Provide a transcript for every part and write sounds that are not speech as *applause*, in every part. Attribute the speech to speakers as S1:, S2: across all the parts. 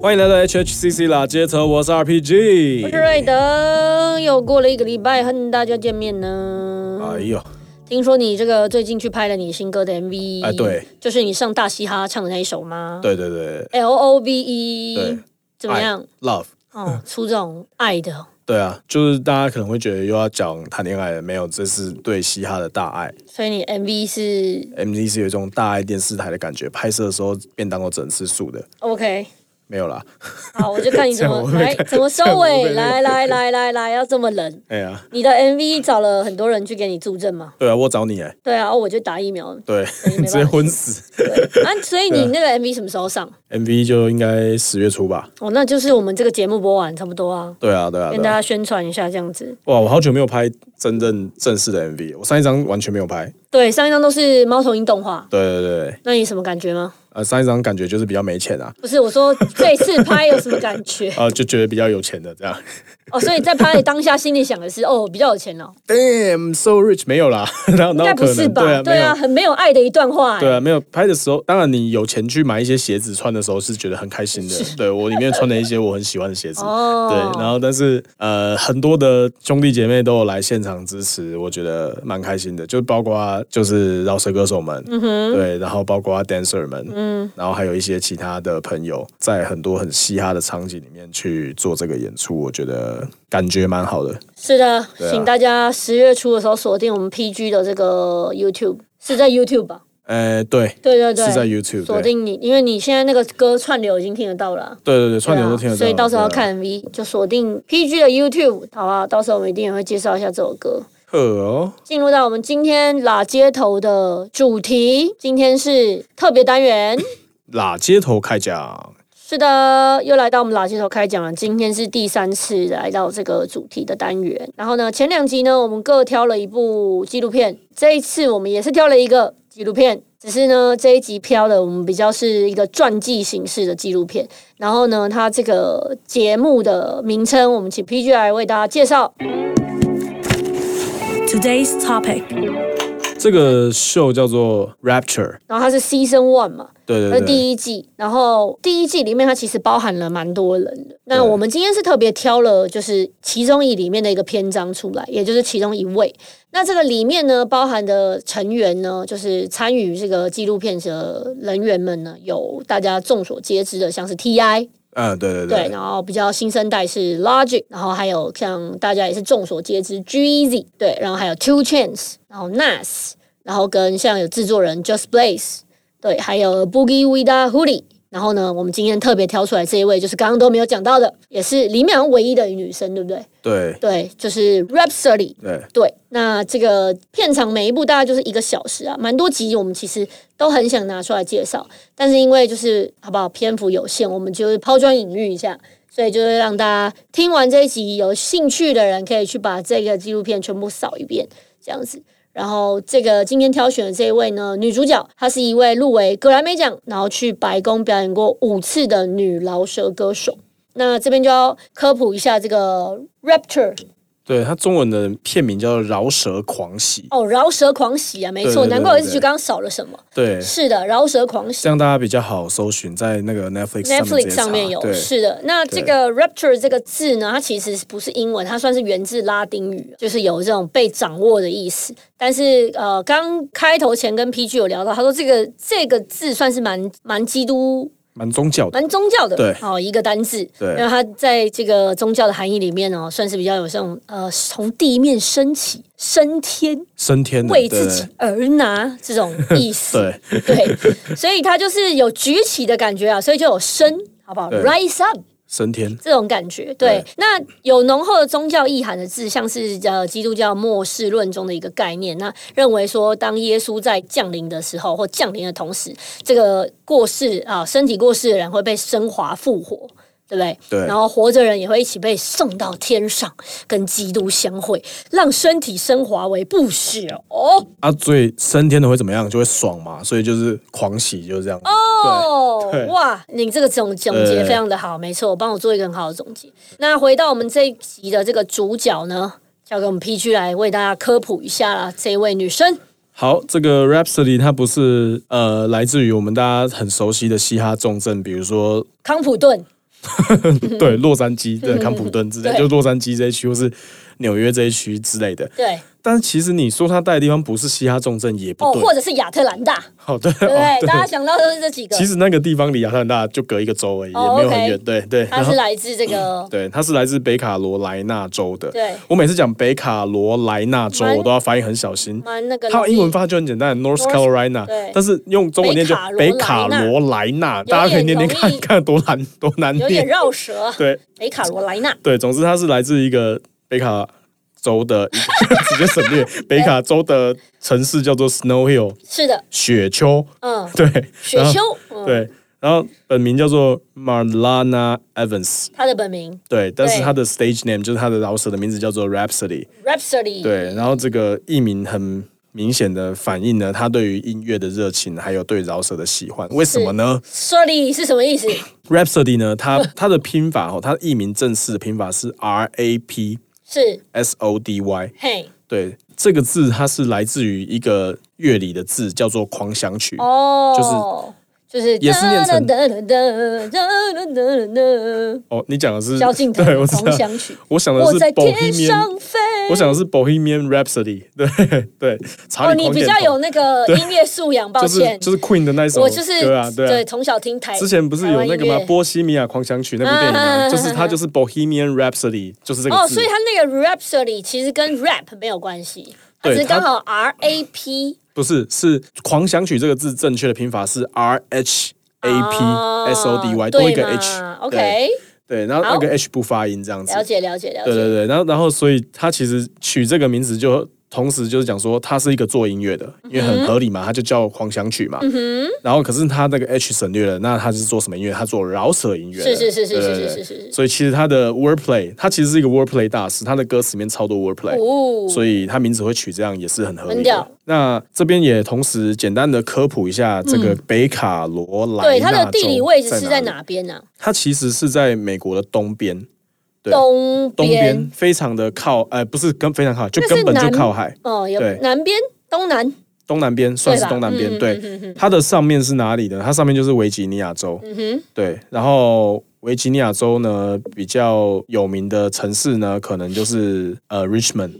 S1: 欢迎来到 HHCC 啦，街头我是 RPG，
S2: 我是瑞德，又过了一个礼拜和大家见面呢。
S1: 哎呦，
S2: 听说你这个最近去拍了你新歌的 MV，
S1: 哎对，
S2: 就是你上大嘻哈唱的那一首吗？
S1: 对对对
S2: ，L O V
S1: 对
S2: E，怎么样？
S1: 爱，Love，
S2: 哦，出这种爱的，
S1: 对啊，就是大家可能会觉得又要讲谈恋爱了，没有，这是对嘻哈的大爱。
S2: 所以你 MV 是
S1: MZ 是有一种大爱电视台的感觉，拍摄的时候便当都只能吃素的，
S2: OK。
S1: 没有啦。 *laughs*
S2: 好，我就看你
S1: 这
S2: 怎
S1: 样我会
S2: 么
S1: 被
S2: 来，怎么收
S1: 这样我会被
S2: 尾。来来来来来，要这么冷。
S1: 哎呀，
S2: 你的 MV 找了很多人去给你助阵嘛？
S1: 对啊，我找你哎、
S2: 对啊，哦我就打疫苗。
S1: 对，
S2: 以没办法
S1: 直接昏死。 *laughs*
S2: 对啊，所以你那个 MV 什么时候上？
S1: MV 就应该十月初吧。
S2: 哦，那就是我们这个节目播完差不多啊，
S1: 对啊，对啊，
S2: 跟
S1: 对
S2: 大
S1: 啊。
S2: 家宣传一下这样子。
S1: 哇，我好久没有拍真正正式的 MV，我上一张完全没有拍。
S2: 对，上一张都是猫头鹰动画，
S1: 对对对对，
S2: 那你什么感觉吗？
S1: 呃，上一张感觉就是比较没钱啊，
S2: 不是，我说这次拍有什么感
S1: *laughs*
S2: 觉？
S1: 呃，就觉得比较有钱的这样。
S2: 哦，所以在拍的当下心里想的是，哦，比较有钱了，
S1: *laughs* Damn, so rich，没有 *laughs* 啦，然后
S2: 应
S1: 然
S2: 该
S1: 后
S2: 不
S1: 可
S2: 是
S1: 能
S2: 吧？
S1: 对啊，没有。
S2: 很没有爱的一段话、哎
S1: 对啊，没有拍的时候，当然你有钱去买一些鞋子穿的时候是觉得很开心的。对我里面穿了一些我很喜欢的鞋子，
S2: 哦
S1: 对，然后但是呃，很多的兄弟姐妹都有来现场支持，我觉得蛮开心的。就包括就是饶舌歌手们，
S2: 嗯
S1: 对，然后包括 dancer 们，嗯，然后还有一些其他的朋友，在很多很嘻哈的场景里面去做这个演出，我觉得感觉蛮好的。
S2: 是的，
S1: 啊
S2: 请大家十月初的时候锁定我们 PG 的这个 YouTube，是在 YouTube 吧？
S1: 呃，对，
S2: 对对对，
S1: 是在 YouTube
S2: 锁
S1: 对
S2: 定你，因为你现在那个歌串流已经听得到了啊。
S1: 对对对，串流都听得到，
S2: 对啊，所以到时候要
S1: 对啊
S2: 看 MV 就锁定 PG 的 YouTube，好吧？到时候我们一定也会介绍一下这首歌。
S1: 呵哦，
S2: 进入到我们今天拉街头的主题，今天是特别单元。
S1: 拉街头开讲。
S2: 是的，又来到我们拉街头开讲了。今天是第三次来到这个主题的单元。然后呢，前两集呢，我们各挑了一部纪录片，这一次我们也是挑了一个纪录片，只是呢这一集挑的我们比较是一个传记形式的纪录片。然后呢，它这个节目的名称，我们请 PG 来为大家介绍。
S3: Today's topic.
S1: 这个秀叫做 Rapture，
S2: 然后它是 Season One 嘛，
S1: 对
S2: 那
S1: 对对，
S2: 第一季，然后第一季里面它其实包含了蛮多人的。那
S1: 对
S2: 我们今天是特别挑了，就是其中一里面的一个篇章出来，也就是其中一位。那这个里面呢，包含的成员呢，就是参与这个纪录片的人员们呢，有大家众所皆知的，像是 T.I.
S1: 嗯，对对
S2: 对，
S1: 对，
S2: 然后比较新生代是 Logic，然后还有像大家也是众所皆知 G-Eazy，对，然后还有 Two Chains，然后 Nas，然后跟像有制作人 Just Blaze，对，还有 Boogie Wida Hoodie。然后呢，我们今天特别挑出来这一位，就是刚刚都没有讲到的，也是里面好像唯一的女生，对不对？
S1: 对
S2: 对，就是 Rhapsody。
S1: 对
S2: 对，那这个片场每一部大概就是一个小时啊，蛮多集我们其实都很想拿出来介绍，但是因为就是好不好篇幅有限，我们就是抛砖引玉一下，所以就是让大家听完这一集有兴趣的人可以去把这个纪录片全部扫一遍，这样子。然后这个今天挑选的这一位呢，女主角她是一位入围格莱美奖，然后去白宫表演过五次的女饶舌歌手。那这边就要科普一下这个 Rapture
S1: 对，它中文的片名叫做《饶舌狂喜》，
S2: 哦，饶舌狂喜啊，没
S1: 对
S2: 错，
S1: 对对
S2: 难怪我一直
S1: 对
S2: 觉得刚刚少了什么。
S1: 对，
S2: 是的，饶舌狂喜
S1: 这样大家比较好搜寻，在那个 Netflix 上面直接
S2: ，Netflix
S1: 查
S2: 上面有。
S1: 对
S2: 是的，那这个 rapture 这个字呢，它其实不是英文，它算是源自拉丁语，就是有这种被掌握的意思。但是呃，刚开头前跟 PG 有聊到，他说这个这个字算是蛮蛮基督
S1: 蛮宗教的，
S2: 蛮宗教的，
S1: 对
S2: 哦，一个单字，
S1: 对
S2: 因为它在这个宗教的含义里面哦，算是比较有这种呃，从地面升起、升天，
S1: 升天的，嗯
S2: 为
S1: 对
S2: 自己而拿这种意思。
S1: *laughs* 对
S2: *laughs* 对，所以它就是有举起的感觉啊，所以就有升，好不好
S1: 对
S2: ？Rise up
S1: 升天，
S2: 这种感觉。对，
S1: 对
S2: 那有浓厚的宗教意涵的字，像是呃基督教末世论中的一个概念，那认为说，当耶稣在降临的时候，或降临的同时，这个过世啊、身体过世的人会被升华复活。对不对？
S1: 对
S2: 然后活着人也会一起被送到天上，跟基督相会，让身体升华为不朽哦。
S1: 啊，所以升天的会怎么样？就会爽嘛，所以就是狂喜，就是这样。哦，
S2: 哦
S1: 对，
S2: 哇，你这个总总结
S1: 对
S2: 非常的好，没错，我帮我做一个很好的总结。那回到我们这一集的这个主角呢，交给我们 PG 来为大家科普一下啦。这一位女生，
S1: 好，这个 Rhapsody 它不
S2: *laughs*
S1: 是呃来自于我们大家很熟悉的嘻哈重镇，比如说
S2: 康普顿，
S1: 对，洛杉矶、对康普顿之类，
S2: 对
S1: 就洛杉矶这一区或是纽约这一区之类的。
S2: 对
S1: 但其实你说他带的地方不是嘻哈重镇也不
S2: 哦，
S1: 对，
S2: 或者是亚特兰大，
S1: 好对
S2: 对
S1: *laughs*
S2: 不
S1: 哦
S2: 对？大家想到都是这几个。
S1: 其实那个地方离亚特兰大就隔一个州而已，也
S2: 哦
S1: 没有很
S2: OK
S1: 远。对对，
S2: 它
S1: 然后
S2: 是来自这个
S1: 对，它是来自北卡罗来纳州的。
S2: 对
S1: 我每次讲北卡罗来纳州，
S2: 蛮
S1: 我都要发音很小心。
S2: 蛮那个
S1: 它
S2: 容易，
S1: 英文发就很简单，North
S2: North-
S1: Carolina，
S2: 对
S1: 但是用中文念就
S2: 北
S1: 北
S2: 卡
S1: 卡
S2: 罗
S1: 罗来纳，大家可以念念看
S2: 容易
S1: 看多难多难
S2: 有点
S1: 念。
S2: 绕舌。
S1: 对
S2: 北卡罗来纳，
S1: 对，总之它是来自一个北卡州的一个， *laughs* 直接省略北卡州的城市叫做 Snow Hill
S2: 是的，
S1: 雪丘，
S2: 嗯，
S1: 对，
S2: 雪
S1: 然后
S2: 丘，嗯，
S1: 对，然后本名叫做 Marlana Evans，
S2: 他的本名
S1: 对，但是
S2: 对
S1: 他的 stage name 就是他的饶舌的名字叫做 Rhapsody，
S2: Rhapsody，
S1: 对，然后这个艺名很明显的反映了他对于音乐的热情，还有对饶舌的喜欢。为什么呢
S2: s o r r y 是什么意思？
S1: ？Rhapsody 呢， *laughs* 它它的拼法哦，它的艺名正式的拼法是 R A P
S2: 是
S1: S O D Y，
S2: 嘿，
S1: 对，这个字它是来自于一个乐理的字，叫做狂想曲。
S2: 哦，就是就是
S1: 也是念成
S2: 成
S1: 哦，你讲的是
S2: 萧敬腾
S1: 对，我
S2: 的
S1: 知
S2: 狂
S1: 道，
S2: 想曲，
S1: 我想的
S2: 我
S1: 是
S2: 在天
S1: Bohemian。
S2: 上飞。
S1: 我想的是 Bohemian Rhapsody，对对， *laughs* 查
S2: 哦，
S1: 理
S2: 你
S1: 狂
S2: 比
S1: 点
S2: 较
S1: 头
S2: 有那个音乐素养，抱
S1: 就是
S2: 歉，
S1: 就是 Queen 的那一首
S2: 我就是
S1: 歌啊，对啊。
S2: 从小听台，
S1: 之前不是有那个
S2: 台
S1: 嘛
S2: 湾音乐
S1: 《波西米亚狂想曲》那部电影
S2: 啊啊啊啊
S1: 啊，
S2: 啊
S1: 就是它就是 Bohemian Rhapsody，就是这个
S2: 哦，
S1: 字
S2: 所以，它那个 Rhapsody 其实跟 rap 没有关系，它
S1: 对
S2: 只是
S1: 它
S2: 刚好 R A P
S1: 不是是狂想曲这个字正确的拼法是 R H A P 嗯 S O D Y 多一个 H，对
S2: 哦 OK，
S1: 对，然后
S2: 好
S1: 那个 H 不发音这样子，
S2: 了解了解了
S1: 对
S2: 解。
S1: 对对，然后然后所以他其实取这个名字就同时就是讲说他是一个做音乐的，因为
S2: 嗯
S1: 很合理嘛，他就叫狂想曲嘛。然后可是他那个 H 省略了，那他是做什么音乐？他做饶舌音乐的。
S2: 是是是是
S1: 对对
S2: 是
S1: 对
S2: 是是是
S1: 所以其实他的 wordplay，他其实是一个 wordplay 大师，他的歌词里面超多 wordplay。
S2: 哦，
S1: 所以他名字会取这样也是很合
S2: 很
S1: 理
S2: 屌
S1: 的。那这边也同时简单的科普一下这个北卡罗来纳州
S2: 嗯对它的地理位置是在
S1: 里？
S2: 哪边啊呢？
S1: 它其实是在美国的东边，对
S2: 东
S1: 东
S2: 边
S1: 边，非常的靠，呃，不是跟非常靠，就
S2: 那是
S1: 根本就
S2: 南
S1: 靠海，
S2: 哦，有
S1: 对
S2: 南边东南
S1: 东南边算是
S2: 对吧
S1: 东南边。
S2: 嗯嗯
S1: 对，它的上面是哪里呢？它上面就是维吉尼亚州。对，然后维吉尼亚州呢比较有名的城市呢，可能就是呃 Richmond。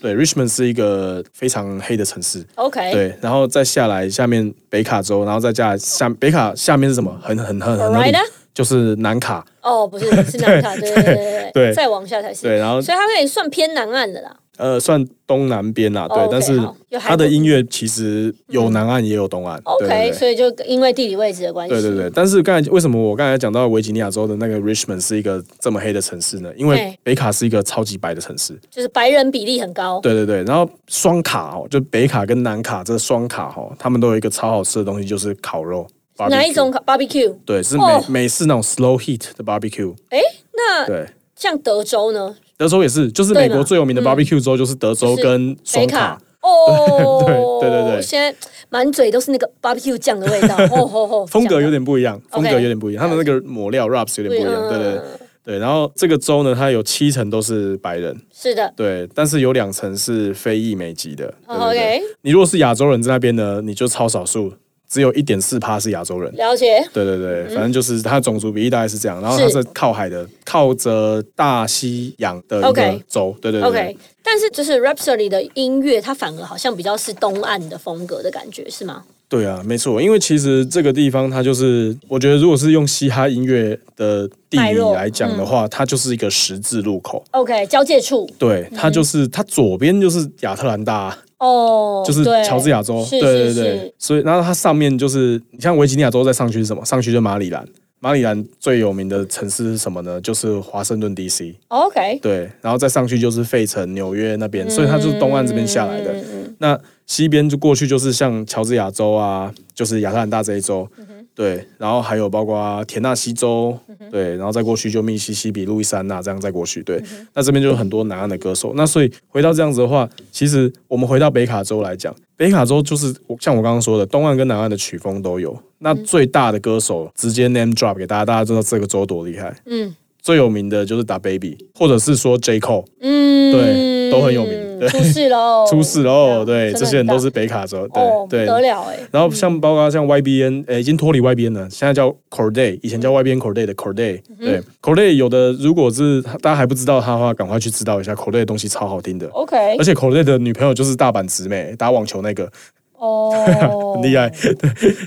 S1: 对，Richmond
S2: 嗯
S1: 是一个非常黑的城市。
S2: ，OK，
S1: 对，然后再下来下面北卡州，然后再加来下北卡下面是什么？很很很很合理
S2: Florida？
S1: 就是南卡。
S2: 哦，不是是南卡，对对对对对，
S1: 对
S2: 再往下才是，
S1: 对，然后
S2: 所以它可以算偏南岸的啦。
S1: 呃，算东南边啦，对
S2: 哦，，OK，
S1: 但是
S2: 好有海
S1: 它的
S2: 口
S1: 音乐其实有南岸也有东岸，对
S2: OK，
S1: 对
S2: 所以就因为地理位置的关系，
S1: 对对对对。但是刚才为什么我刚才讲到维吉尼亚州的那个 Richmond 是一个这么黑的城市呢？因
S2: 嘿
S1: 为北卡是一个超级白的城市，
S2: 就是白人比例很高。
S1: 对对对。然后双卡哦，就北卡跟南卡这双卡哦，他们都有一个超好吃的东西，就是烤肉。
S2: 哪一
S1: barbecue
S2: 种烤 barbecue？
S1: 对，是美、
S2: 哦
S1: 美式那种 slow heat 的 barbecue。
S2: 哎，那
S1: 对，
S2: 像德州呢？
S1: 德州也是，就是
S2: 对
S1: 美
S2: 嘛
S1: 国最有名的 barbecue 州就是德州
S2: 是
S1: 跟
S2: 北
S1: 双
S2: 卡
S1: 卡。。
S2: 哦，
S1: *laughs* 对对对对
S2: 现在满嘴都是那个 barbecue 酱的味道，哦吼
S1: *laughs*
S2: 吼，
S1: 风格有
S2: 点
S1: 点不一样，风格有点不一样，他们那个抹料 wraps 有点不一
S2: 嗯
S1: 样，对对对对。然后这个州呢，它有七成都是白人，
S2: 是的，
S1: 对，但是有两成是非裔美籍的。对
S2: 哦
S1: 对对
S2: OK
S1: 你如果是亚洲人在那边呢，你就超少数，只有一点四趴是亚洲人。
S2: 了解。
S1: 对对
S2: 嗯
S1: 对，反正就是它种族比例大概是这样，然后它
S2: 是
S1: 是靠海的，靠着大西洋的一
S2: 嗯 OK
S1: 个州，对对对对
S2: OK，但是就是 Rhapsody 的音乐，它反而好像比较是东岸的风格的感觉，是吗？
S1: 对啊，没错，因为其实这个地方它就是，我觉得如果是用嘻哈音乐的地
S2: 脉
S1: 理
S2: 络嗯
S1: 来讲的话，它就是一个十字路口。
S2: OK，交界处
S1: 对，
S2: 嗯
S1: 它就是、它左边就是亚特兰大，啊
S2: 哦，
S1: 就是
S2: 对
S1: 乔治亚州，
S2: 是
S1: 对对
S2: 是
S1: 对
S2: 是，，
S1: 所以然后它上面就是，你像维吉尼亚州再上去是什么？上去就马里兰，马里兰最有名的城市是什么呢？就是华盛顿 D.C.
S2: OK，
S1: 对，然后再上去就是费城、纽约那
S2: 嗯
S1: 边，所以它就是东岸这边下来的。那西边就过去就是像乔治亚州啊，就是亚特兰大这一州，对，然后还有包括田纳西州，
S2: 嗯
S1: 对，然后再过去就密西西比、路易斯安那这样再过去，对，
S2: 嗯
S1: 那这边就有很多南岸的歌手。那所以回到这样子的话，其实我们回到北卡州来讲，北卡州就是我像我刚刚说的，东岸跟南岸的曲风都有。那
S2: 嗯
S1: 最大的歌手直接 name drop 给大家，大家知道这个州多厉害。
S2: 嗯
S1: 最有名的就是打 Baby，或者是说 J Cole，
S2: 嗯，
S1: 对，都很有名。
S2: 嗯，出事喽，
S1: *laughs* 出事喽，对，
S2: 真的很
S1: 这些人都
S2: 大
S1: 是北卡州，
S2: 哦，不
S1: 对
S2: 得
S1: 对。
S2: 了哎，
S1: 然后像包括像 YBN，呃，已经脱离 YBN 了，现在叫 Corday，以前叫 YBN Corday 的 Corday，对，Corday
S2: 嗯
S1: 有的如果是大家还不知道它的话，赶快去知道一下，Corday 的东西超好听的，
S2: OK，
S1: 而且 Corday 的女朋友就是大阪直美，打网球那个
S2: 哦，
S1: *laughs* 很厉害，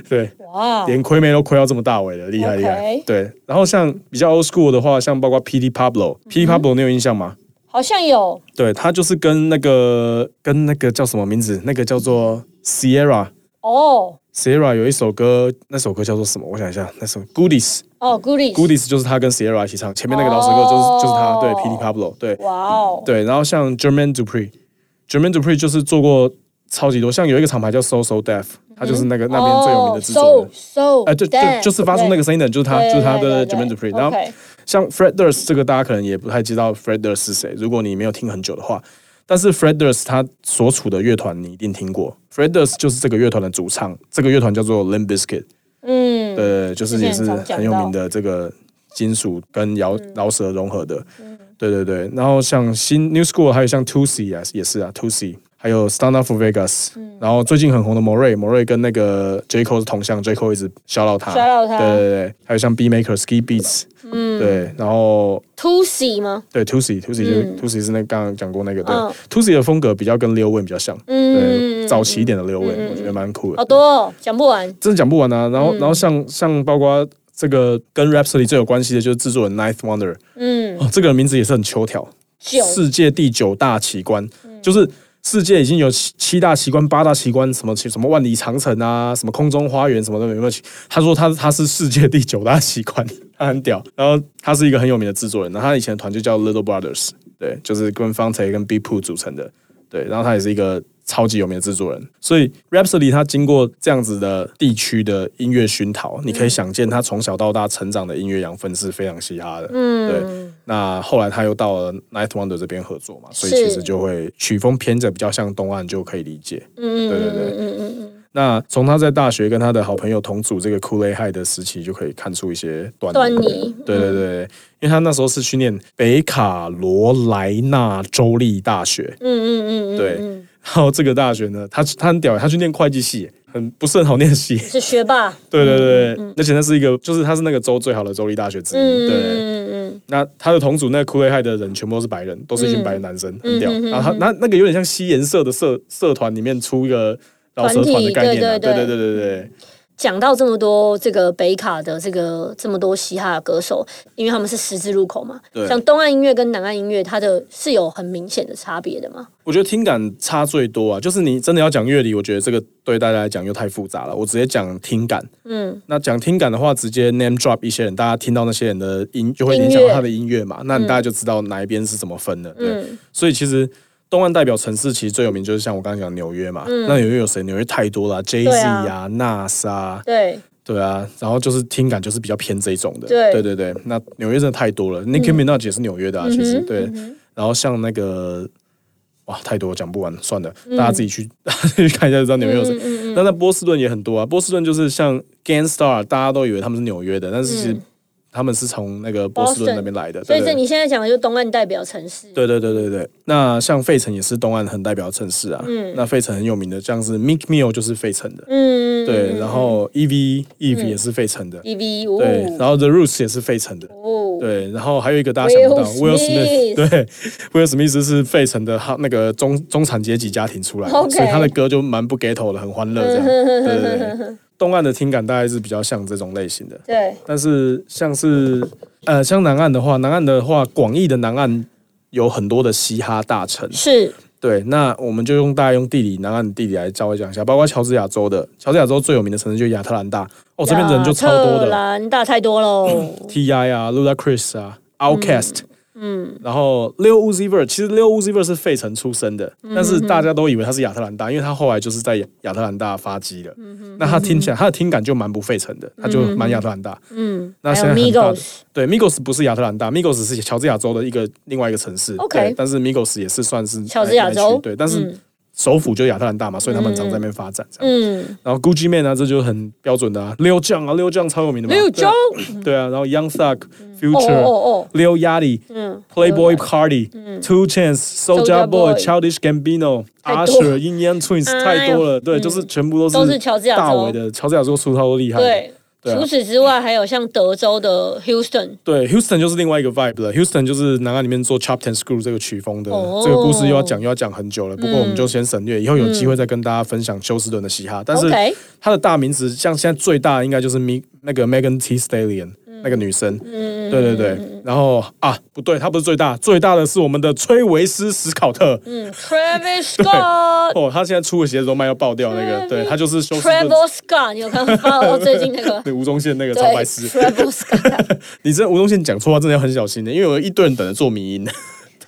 S1: 对，
S2: 哇，
S1: 连亏妹都亏到这么大尾了，厉害
S2: OK
S1: 厉害。对，然后像比较 old school 的话，像包括 P D
S2: 嗯
S1: Pablo，P D Pablo 你有印象吗？
S2: 好像有
S1: 对他就是跟那个跟那个叫什么名字？那个叫做 Sierra。
S2: 哦
S1: Sierra 有一首歌，那首歌叫做什么？我想一下，那首 Goodies，Goodies
S2: 哦，Goodies，
S1: 就是他跟 Sierra 一起唱，前面那个老师歌就是、
S2: 哦
S1: 就是他，对 P D Pablo，对
S2: 哇哦，
S1: 对，然后像 German Dupri，German Dupri 就是做过超级多，像有一个厂牌叫 So So Deaf，他就是那个、那边最有名的制作人
S2: 嗯哦，，so so，
S1: 哎、对对，就是发出那个声音的人就是他，就是他的 German Dupri，然后。像 Fred Durst 这个大家可能也不太知道 Fred Durst 是谁，如果你没有听很久的话。但是 Fred Durst 他所处的乐团你一定听过，Fred Durst 就是这个乐团的主唱，这个乐团叫做 Limp Bizkit，
S2: 嗯，
S1: 呃，就是也
S2: 之
S1: 是
S2: 前常讲到
S1: 很有名的这个金属跟饶
S2: 嗯
S1: 饶舌融合的，对对对。然后像新 New School 还有像 Two C 啊也是啊 Two C，还有 Stand Up for Vegas，然
S2: 嗯
S1: 后最近很红的 Moray，Moray 跟那个 J Cole 是同向，J Cole 一直 shout out 他
S2: shout out 他
S1: 对对对，还有像 B Maker Ski Beats，嗯，对，然后
S2: to C 吗？
S1: 对 t u s i t u s i 就是 t u s i 是那刚刚讲过那个对
S2: 嗯
S1: t u s i 的风格比较跟 Lil Wayne 比较像，
S2: 嗯
S1: 对，早期一点的 Lil Wayne 我觉得蛮酷
S2: 好
S1: 的，
S2: 多哦讲不完。
S1: 真的讲不完啊。然后
S2: 嗯
S1: 然后像像包括这个跟 Rhapsody 最有关系的就是制作人 Ninth Wonder，
S2: 嗯，
S1: 哦，这个名字也是很秋条，
S2: 九嗯
S1: 世界第九大奇观，就是世界已经有七七大奇观、八大奇观，什么什么万里长城啊，什么空中花园什么都有没有去。他说他他是世界第九大奇观， *laughs* 他很屌。然后他是一个很有名的制作人，然后他以前的团就叫 Little Brothers，对，就是跟方 e 跟 B Poo 组成的，对，然后他也是一个。超级有名的制作人，所以 Rhapsody 他经过这样子的地区的音乐熏陶，你可
S2: 嗯
S1: 以想见他从小到大成长的音乐养分是非常嘻哈的。嗯，对，那后来他又到了 Night Wonder 这边合作嘛，所以其
S2: 是
S1: 实就会曲风偏着比较像东岸，就可以理解。嗯，对对对，嗯嗯嗯。那从他在大学跟他的好朋友同组这个 Kool Aid High 的时期，就可以看出一些端
S2: 端倪嗯
S1: 对对对，因为他那时候是去念北卡罗来纳州立大学。
S2: 嗯嗯嗯嗯，
S1: 对，然后这个大学呢，他他很屌耶，他去念会计系耶，很不是很好念系。
S2: 是学霸。
S1: 对对对，而且那是一个，就是他是那个州最好的州立大学之一。
S2: 嗯
S1: 对。
S2: 嗯嗯
S1: 那他的同组那个酷威害的人全部都是白人，都是一群白人男生，
S2: 嗯
S1: 很屌。然后他那那个有点像西颜社的社社团里面出一个饶舌团的概念、啊，
S2: 团体对
S1: 对
S2: 对对
S1: 对对对
S2: 讲到这么多这个北卡的这个这么多嘻哈的歌手，因为他们是十字路口嘛，
S1: 对
S2: 像东岸音乐跟南岸音乐，它的是有很明显的差别的嘛。
S1: 我觉得听感差最多啊，就是你真的要讲乐理，我觉得这个对大家来讲又太复杂了。我直接讲听感，
S2: 嗯，
S1: 那讲听感的话，直接 name drop 一些人，大家听到那些人的音就会
S2: 音乐嗯
S1: 影响到他的音乐嘛，那你大家就知道哪一边是怎么分的。对，所以其实东岸代表城市其实最有名就是像我刚刚讲纽约嘛，那纽约有谁？纽约太多了，Jay Z
S2: 嗯对
S1: 啊
S2: 啊
S1: ，Nas 啊，
S2: 对，
S1: 对啊，然后就是听感就是比较偏这一种的，
S2: 对嗯
S1: 对对那纽约真的太多了，Nicki Minaj 也是纽约的啊，其实对，然后像那个。哇，太多讲不完，算了，
S2: 嗯
S1: 大家自己去、 *laughs* 大家自己去看一下就知道纽约有谁。那那波士顿也很多啊，波士顿就是像 Gangstar，大家都以为他们是纽约的，但是其实他们是从那个波士顿
S2: 嗯 Boston
S1: 那边来的。
S2: 所
S1: 对
S2: 以这
S1: 对
S2: 你现在讲的就是东岸代表城市。
S1: 对对对对对。那像费城也是东岸很代表的城市啊，那费城很有名的，像是 Mick Mill 就是费城的，
S2: 嗯，
S1: 对，然后 EV EV 也是费城的，
S2: B B 五
S1: 对，然后 The Roots 也是费城的，
S2: 哦，
S1: 对，然后还有一个大家想不到
S2: Will
S1: ，Will
S2: Smith
S1: Smith，对，Will Smith 是费城的哈那个中中产阶级家庭出来的
S2: OK
S1: 所以他的歌就蛮不 ghetto 的，很欢乐这样。对对对，东岸的听感大概是比较像这种类型的，
S2: 对，
S1: 但是像是呃像南岸的话，南岸的话，广义的南岸有很多的嘻哈大城，
S2: 是
S1: 对，那我们就用大家用地理南岸的地理来稍微讲一下，包括乔治亚州的，乔治亚州最有名的城市就是亚特兰大，哦，这边人就超多
S2: 啊亚特
S1: 的。
S2: 兰大太多喽。
S1: T.I. 啊，Ludacris 啊，Outcast，嗯，然后 Lil Uzi Vert，其实 Lil Uzi Vert 是费城出生的，
S2: 嗯
S1: 但是大家都以为他是亚特兰大，因为他后来就是在亚亚特兰大发迹的。
S2: 嗯
S1: 那他听起来他的听感就蛮不费城的，他就蛮亚特兰大。
S2: 嗯，
S1: *laughs* 那
S2: 还
S1: 现在
S2: 有
S1: 很大的
S2: Migos，
S1: 对 Migos 不是亚特兰大，Migos 是乔治亚州的一个另外一个城市。
S2: OK
S1: 对但是 Migos 也是算是
S2: 乔治亚
S1: 那一
S2: 州
S1: 区对，但是。首府就是亚特兰大嘛，所以他们很常在那边发展。这样
S2: 嗯，
S1: 然后 Gucci Man 啊，这就很标准的啊，溜酱啊，溜酱超有名的嘛，
S2: 六
S1: 对
S2: 周
S1: 啊，，
S2: 嗯
S1: 对啊，然后 Young Thug、
S2: 哦哦
S1: Future、
S2: 哦，
S1: Lil Yachty、
S2: 嗯
S1: Playboy Party、Two Chainz、Soulja Boy、
S2: Boy
S1: Childish Gambino、
S2: 太多
S1: Usher、In Young Twins
S2: 哎呦
S1: 太多了，对，就是全部
S2: 都
S1: 都
S2: 是
S1: 是
S2: 乔治亚
S1: 大
S2: 州
S1: 伟，的，乔治亚州出超多厉害的。
S2: 对。
S1: 对啊
S2: 除此之外，还有像德州的 Houston，
S1: 对，Houston 就是另外一个 vibe 了。Houston 就是南岸里面做 Chopped and Screw 这个曲风的、
S2: 哦
S1: 这个故事又要讲又要讲很久了，不过我们就先省略，以后有机会再跟大家分享休斯顿的嘻哈。但是
S2: OK
S1: 它的大名词，像现在最大的应该就是 Mi 那个 Megan T Stallion、那个女生，嗯，对对对。然后啊，不对，她不是最大，最大的是我们的崔维斯史考特。
S2: 嗯，Travis
S1: *laughs*
S2: Scott。
S1: 哦，他现在出的鞋子都卖要爆掉那个，对他就是休斯顿？
S2: Travis Scott，你有看到最近那个
S1: 对吴宗 *laughs* 宪那个
S2: 对
S1: 超白痴，
S2: ，Travis Scott *laughs*
S1: 你这吴宗宪讲错话真的要很小心的，因为有一堆人等着做迷音。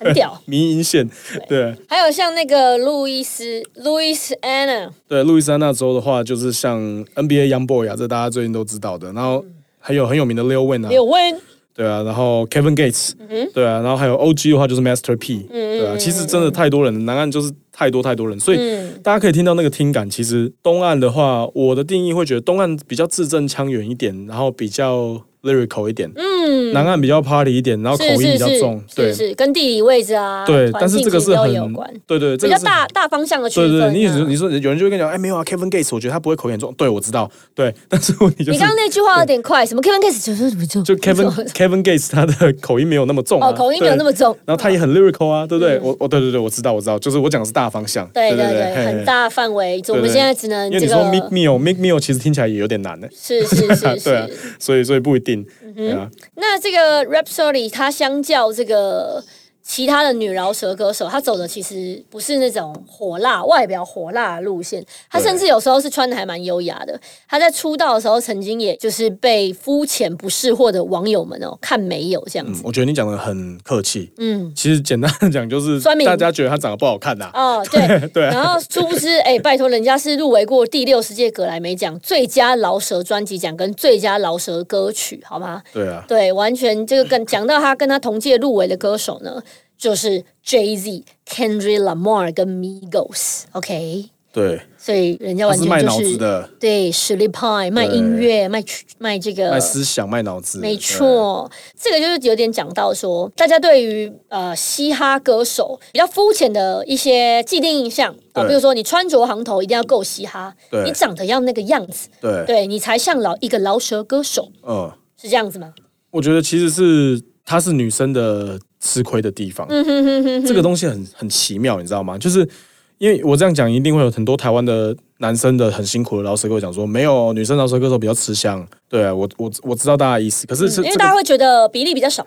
S2: 很屌。
S1: *laughs* 迷音线，对
S2: 还有像那个路易斯，Louis Anna，
S1: 对，路易斯安那州的话，就是像 NBA Young Boy 啊，这大家最近都知道的，然后还有很有名的 Lil Wayne 啊，
S2: 有问
S1: 对啊，然后 Kevin Gates，、对
S2: 嗯
S1: 啊，然后还有 OG 的话就是 Master P，、对啊，其实真
S2: 嗯
S1: 的太多人了，南岸就是太多太多人，所以大家可以听到那个听感。其实东岸的话，我的定义会觉得东岸比较字正腔圆一点，然后比较 lyrical 一点，嗯，南岸比较 party 一点，然后口
S2: 是
S1: 音比
S2: 是
S1: 较重
S2: 是，
S1: 对
S2: 是是跟地理位置啊，
S1: 对，
S2: 环
S1: 但是
S2: 境
S1: 这个
S2: 其实
S1: 是
S2: 都
S1: 很
S2: 有关，
S1: 对对，这
S2: 比
S1: 个
S2: 较
S1: 是
S2: 大大方向的区
S1: 对
S2: 分
S1: 对，
S2: 啊。
S1: 对你说你说有人就会跟你讲，哎，没有啊，Kevin Gates，我觉得他不会口音很重。对，我知道，对，但是问题就是
S2: 你刚刚那句话有点快，什么 Kevin Gates 就是怎么做？
S1: 就 Kevin Kevin Gates 他的口音没有那么重啊，
S2: 哦，口音没有
S1: 对
S2: 那么。重，
S1: 然后他也很 lyrical 啊，对不对？我我对对对，我知道我知道，就是我讲的是大方向，
S2: 对
S1: 对
S2: 对对，
S1: 嘿
S2: 很。大范围，我
S1: 对
S2: 们
S1: 对
S2: 现在只能
S1: 因为
S2: 这
S1: 你说 Make
S2: 个
S1: Me 哦，Make Me 哦，其实听起来也有点难呢。
S2: 是是是
S1: *laughs* 对啊
S2: 是。，嗯
S1: 所以所以不一定。对啊，
S2: 那这个 Rhapsody 它相较这个其他的女饶舌歌手，她走的其实不是那种火辣、外表火辣的路线，她
S1: 对
S2: 甚至有时候是穿的还蛮优雅的。她在出道的时候，曾经也就是被肤浅不识货的网友们哦看没有这样
S1: 嗯
S2: 子。
S1: 我觉得你讲的很客气。
S2: 嗯，
S1: 其实简单的讲就是
S2: 酸，民
S1: 大家觉得他长得不好看呐。
S2: 哦对
S1: *laughs* 对啊
S2: 然后殊不知，哎，拜托，人家是入围过第六十届格莱美奖最佳饶舌专辑奖跟最佳饶舌歌曲，好吗？
S1: 对啊，
S2: 对，完全这个
S1: *laughs*
S2: 跟讲到他跟他同届入围的歌手呢，就是 Jay Z、Kendrick Lamar 跟 Migos，OK，、
S1: 对，
S2: 所以人家
S1: 他
S2: 完
S1: 是
S2: 全
S1: 卖
S2: 就
S1: 脑
S2: 是
S1: 子的，
S2: 对实力派，卖
S1: 对
S2: 音乐，卖曲卖这个
S1: 卖思想，卖脑子。
S2: 呃没错，这个就是有点讲到说，大家对于呃嘻哈歌手比较肤浅的一些既定印象啊、
S1: 对
S2: 比如说你穿着行头一定要够嘻哈，
S1: 对
S2: 你长得要那个样子，
S1: 对。对，
S2: 对你才像老一个饶舌歌手，
S1: 嗯。
S2: 是这样子吗？
S1: 我觉得其实是她是女生的吃亏的地方，
S2: 嗯
S1: 这个东西很很奇妙，你知道吗？就是因为我这样讲，一定会有很多台湾的男生的很辛苦的老师跟我讲说，没有女生老师歌手比较吃香。对啊，我我我知道大家的意思，可是是、
S2: 嗯因
S1: 这
S2: 为
S1: 个
S2: 大家会觉得比例比较少，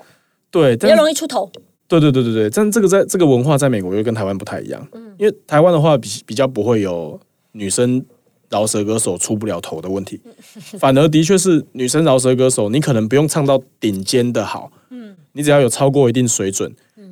S1: 对，
S2: 比
S1: 但
S2: 较
S1: 是
S2: 容易出头。
S1: 对对对对对，但这个在这个文化在美国又跟台湾不太一样，
S2: 嗯
S1: 因为台湾的话比比较不会有女生饶舌歌手出不了头的问题，
S2: 嗯
S1: 反而的确是女生饶舌歌手，你可能不用唱到顶尖的好，
S2: 嗯
S1: 你只要有超过一定水准，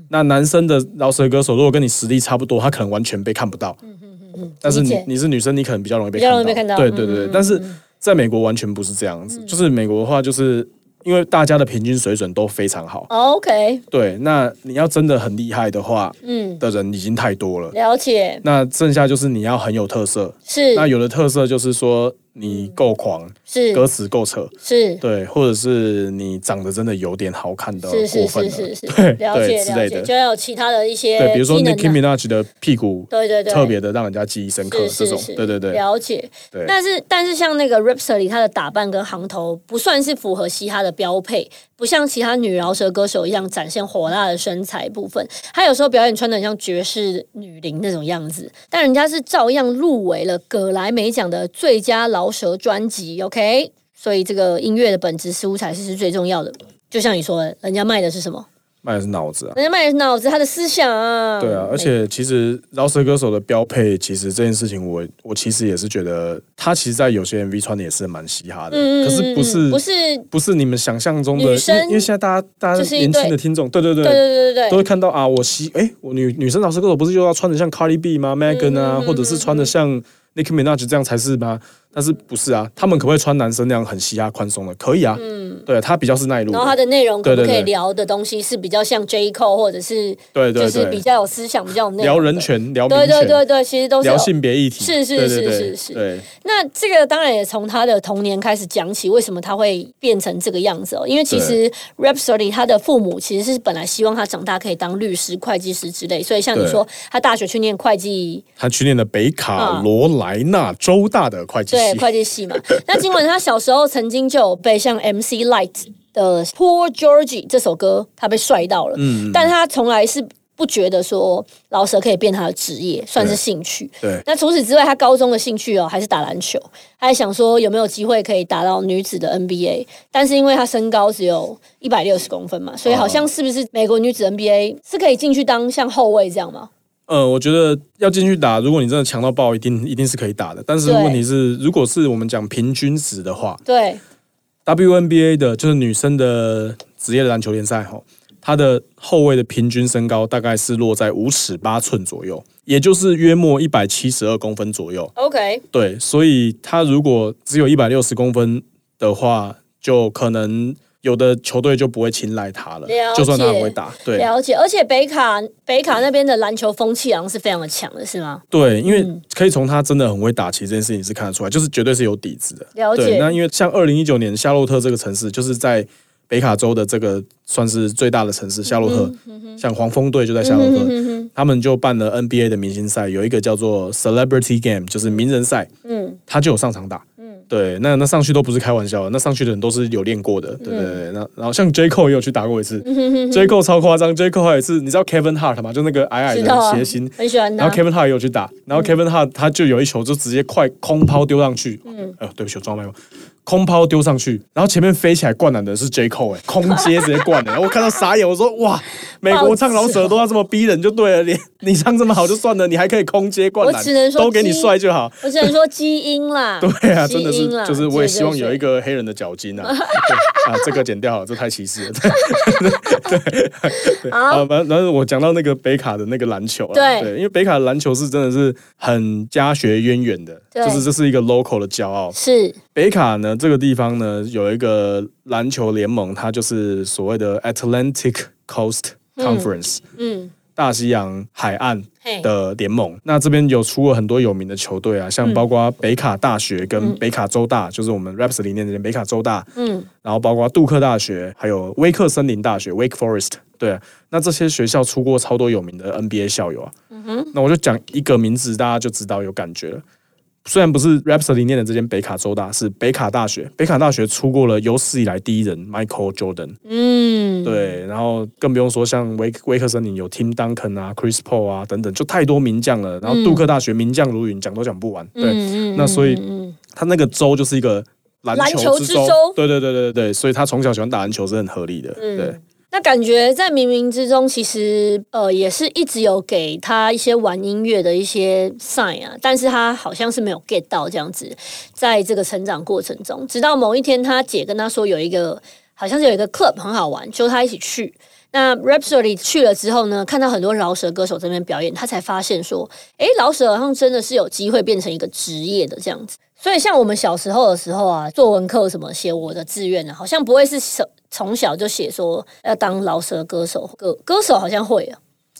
S1: 那男生的饶舌歌手如果跟你实力差不多，他可能完全被看不到，
S2: 嗯
S1: 但是你
S2: 理解
S1: 你是女生，你可能比较容易被
S2: 比较
S1: 看
S2: 容
S1: 到，
S2: 易被看到嗯
S1: 对对对对，但是在美国完全不是这样子，就是美国的话，就是因为大家的平均水准都非常好。
S2: 哦 OK，
S1: 对，那你要真的很厉害的话，
S2: 嗯，
S1: 的人已经太多了。
S2: 了解，
S1: 那剩下就是你要很有特色。
S2: 是
S1: 那有的特色就是说你够狂，
S2: 是
S1: 歌词够扯，
S2: 是
S1: 对，或者是你长得真的有点好看的
S2: 是
S1: 呃过
S2: 是
S1: 分
S2: 是
S1: 了。
S2: 是是，
S1: 对
S2: 了解
S1: 对之
S2: 了
S1: 类
S2: 解，
S1: 的
S2: 就要有其他的一些
S1: 对，比如说
S2: 技能
S1: Nicki
S2: 啊
S1: Minaj 的屁股
S2: 对对对，
S1: 特别的让人家记忆深刻，
S2: 是
S1: 这
S2: 是
S1: 种
S2: 是，
S1: 对对对
S2: 了解。
S1: 对
S2: 但是但是像那个 Ripsody，她的打扮跟行头不算是符合嘻哈的标配，不像其他女饶舌歌手一样展现火辣的身材部分。她有时候表演穿的像爵士女伶那种样子，但人家是照样入围了葛莱美奖的最佳饶舌专辑。OK，所以这个音乐的本质似乎才是最重要的。就像你说的，人家卖的是什么？
S1: 卖的是脑子啊。
S2: 人家卖的是脑子，他的思想、啊。
S1: 对啊，而且其实饶舌歌手的标配，其实这件事情我我其实也是觉得，他其实，在有些 MV 穿的也是蛮嘻哈的，
S2: 嗯，嗯，
S1: 可是不
S2: 嗯嗯
S1: 是
S2: 不是。
S1: 不是你们想象中的，因
S2: 女生
S1: 为因为现在大家大
S2: 就
S1: 家
S2: 是一
S1: 年轻
S2: 对
S1: 的听众，对对对，
S2: 对对对对
S1: 都
S2: 对
S1: 会看到啊，我西哎，我女女生老师
S2: 嗯
S1: 歌手不是就要穿的像 Cardi B 吗？Megan 啊，或者是穿的像 Nicki Minaj 这样才是吗？但是不是啊？他们可不可以穿男生那样很嘻哈宽松的？可以啊，嗯，对他比较是耐路
S2: 然后
S1: 的，
S2: 它的内容可不
S1: 对对
S2: 可
S1: 对
S2: 以聊的东西是比较像 J Cole 或者是
S1: 对
S2: 就
S1: 对
S2: 是比
S1: 对，
S2: 较有思想、比较有内容
S1: 聊
S2: 的
S1: 人，权，聊民
S2: 对对
S1: 权，
S2: 对对，其实都是有
S1: 聊性别议题，
S2: 是是
S1: 对
S2: 是
S1: 对对
S2: 是是
S1: 对，
S2: 那这个当然也从他的童年开始讲起，为什么他会变成这个样子哦？因为其实 Rhapsody 他的父母其实是本来希望他长大可以当律师、会计师之类，所以像你
S1: 对
S2: 说，他大学去念会计，
S1: 他去念的北卡
S2: 嗯
S1: 罗来纳州大的会计
S2: 对
S1: 系，
S2: 会计系嘛。 *laughs* 那尽管他小时候曾经就有被像 MC Light 的《Poor Georgie》这首歌，他被帅到了，但他从来是不觉得说饶舌可以变他的职业，算是
S1: 对
S2: 兴趣。
S1: 对
S2: 那除此之外，他高中的兴趣哦还是打篮球，他还想说有没有机会可以打到女子的 NBA，但是因为他身高只有一百六十公分嘛，所以好像是不是美国女子 NBA 是可以进去当像后卫这样吗？
S1: 呃，我觉得要进去打，如果你真的强到爆，一定一定是可以打的。但是
S2: 对
S1: 问题是，如果是我们讲平均值的话
S2: 对，
S1: ，WNBA 的就是女生的职业篮球联赛吼，她的后卫的平均身高大概是落在五尺八寸左右，也就是约莫一百七十二公分左右。
S2: ，OK，
S1: 对，所以她如果只有一百六十公分的话，就可能有的球队就不会青睐她了
S2: 了，
S1: 就算她很
S2: 解
S1: 会打。对，
S2: 了解。而且北卡北卡那边的篮球风气好像是非常的强的，是吗？
S1: 对，因为
S2: 嗯
S1: 可以从他真的很会打棋这件事情是看得出来，就是绝对是有底子的。
S2: 了
S1: 对，那
S2: 解，
S1: 因为像二零一九年夏洛特这个城市，就是在北卡州的这个算是最大的城
S2: 嗯
S1: 市夏洛特，像黄蜂队就在夏洛特，他们就办了 NBA 的明星赛，有一个叫做 Celebrity Game，就是名人赛，
S2: 嗯，
S1: 他就有上场打。对，那那上去都不是开玩笑的，那上去的人都是有练过的，
S2: 嗯
S1: 对对对。那然后像 J Cole 也有去打过一次、j Cole 超夸张，J Cole 还有一次，你知道 Kevin Hart 吗？就那个矮矮
S2: 知道
S1: 的
S2: 啊
S1: 谐星，，
S2: 很喜欢
S1: 然
S2: 他
S1: 后。Kevin Hart 也有去打，然
S2: 嗯
S1: 后 Kevin Hart 他就有一球就直接快空抛丢上去，嗯，呃，对不起，我撞麦克风，空抛丢上去，然后前面飞起来灌篮的是 J Cole，哎、空接直接灌
S2: *laughs*
S1: 篮，我看到傻眼，我说哇，美国唱老舍都要这么逼人就对了，你你唱这么好就算了，你还可以空接灌篮，
S2: 我只能说
S1: 都给你
S2: 基
S1: 帅就好。
S2: 我只能说基因啦，
S1: *laughs* 对啊，
S2: 基
S1: 真的是
S2: 因，啦
S1: 就是我也希望有一。
S2: 对对对
S1: 个黑人的脚筋
S2: *laughs*
S1: 啊，对啊，这个剪掉好了，这太歧视了。对对对，啊，反正然后我讲到那个北卡的那个篮球啊，
S2: 对
S1: 因为北卡的篮球是真的是很家学渊源的，
S2: 对
S1: 就是这是一个 local 的骄傲。
S2: 是
S1: 北卡呢这个地方呢有一个篮球联盟，它就是所谓的 Atlantic Coast Conference，
S2: 嗯，
S1: 大西洋海岸
S2: 嘿，
S1: 的联盟。那这边有出过很多有名的球队啊，像包括北卡大学跟北卡州大，就是我们 Raps 里面的北卡州大，
S2: 嗯，
S1: 然后包括杜克大学，还有威克森林大学 （Wake Forest）。对、啊，那这些学校出过超多有名的 NBA 校友啊。那我就讲一个名字，大家就知道有感觉了。虽然不是 Rhapsody 念的这间北卡州大，是北卡大学。北卡大学出过了有史以来第一人 Michael Jordan，
S2: 嗯，
S1: 对，然后更不用说像威威克森林有 Tim Duncan 啊、Chris Paul 啊等等，就太多名将了。然后杜克大学名将如云，讲都讲不完。对，
S2: 嗯嗯，嗯
S1: 那所以
S2: 嗯嗯
S1: 他那个州就是一个篮
S2: 篮球
S1: 球之
S2: 之
S1: 州。
S2: 州
S1: 对对对对对，所以他从小喜欢打篮球是很合理的。
S2: 嗯
S1: 对
S2: 那感觉在冥冥之中，其实呃也是一直有给他一些玩音乐的一些 sign 啊，但是他好像是没有 get 到这样子，在这个成长过程中，直到某一天他姐跟他说有一个好像是有一个 club 很好玩，就他一起去。那 Rhapsody 去了之后呢，看到很多饶舌歌手这边表演，他才发现说，诶，饶舌好像真的是有机会变成一个职业的这样子。所以像我们小时候的时候啊，作文课什么写我的志愿呢、啊好像不会是从从小就写说要当饶舌歌手，歌歌手好像会啊，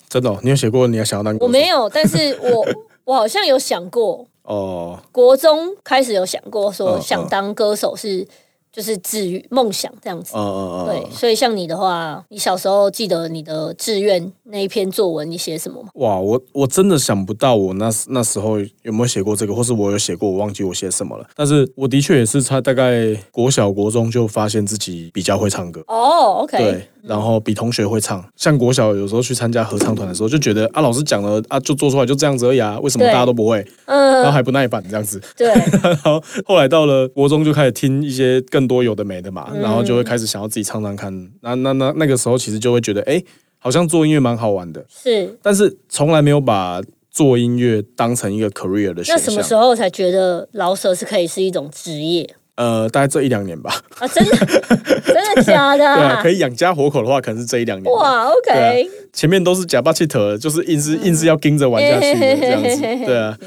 S1: 真的哦、你有写过你要想要当歌手？
S2: 我没有，但是
S1: *laughs*
S2: 我我好像有想过，
S1: 哦，
S2: 国中开始有想过说
S1: 嗯
S2: 想当歌手是就是志愿梦想这样子。
S1: 嗯嗯嗯，
S2: 对，所以像你的话，你小时候记得你的志愿那一篇作文，你写什么吗？
S1: 哇，我我真的想不到我那时那时候有没有写过这个，或是我有写过，我忘记我写什么了。但是我的确也是，他大概国小国中就发现自己比较会唱歌。
S2: 哦、o k
S1: 对，然后比同学会唱，像国小有时候去参加合唱团的时候，就觉得啊，老师讲了啊，就做出来就这样子而已啊，为什么
S2: 对
S1: 大家都不会，然后
S2: 嗯，
S1: 还不耐烦这样子？ *laughs*
S2: 对，
S1: 然后后来到了国中就开始听一些更多有的没的嘛，
S2: 嗯
S1: 然后就会开始想要自己唱唱看。那那那那个时候其实就会觉得，哎，好像做音乐蛮好玩的，
S2: 是。
S1: 但是从来没有把做音乐当成一个 career 的选
S2: 那什么时
S1: 项。
S2: 候才觉得饶舌是可以是一种职业
S1: 呃，大概这一两年
S2: *laughs*
S1: 吧，
S2: 啊？真的，真的假的、
S1: *laughs* 对啊，可以养家活口的话，可能是这一两年吧。
S2: 哇
S1: 对
S2: ，OK，嗯 *laughs*
S1: 前面都是假巴气头，就是硬是硬是要盯着玩下去的这样子，对啊，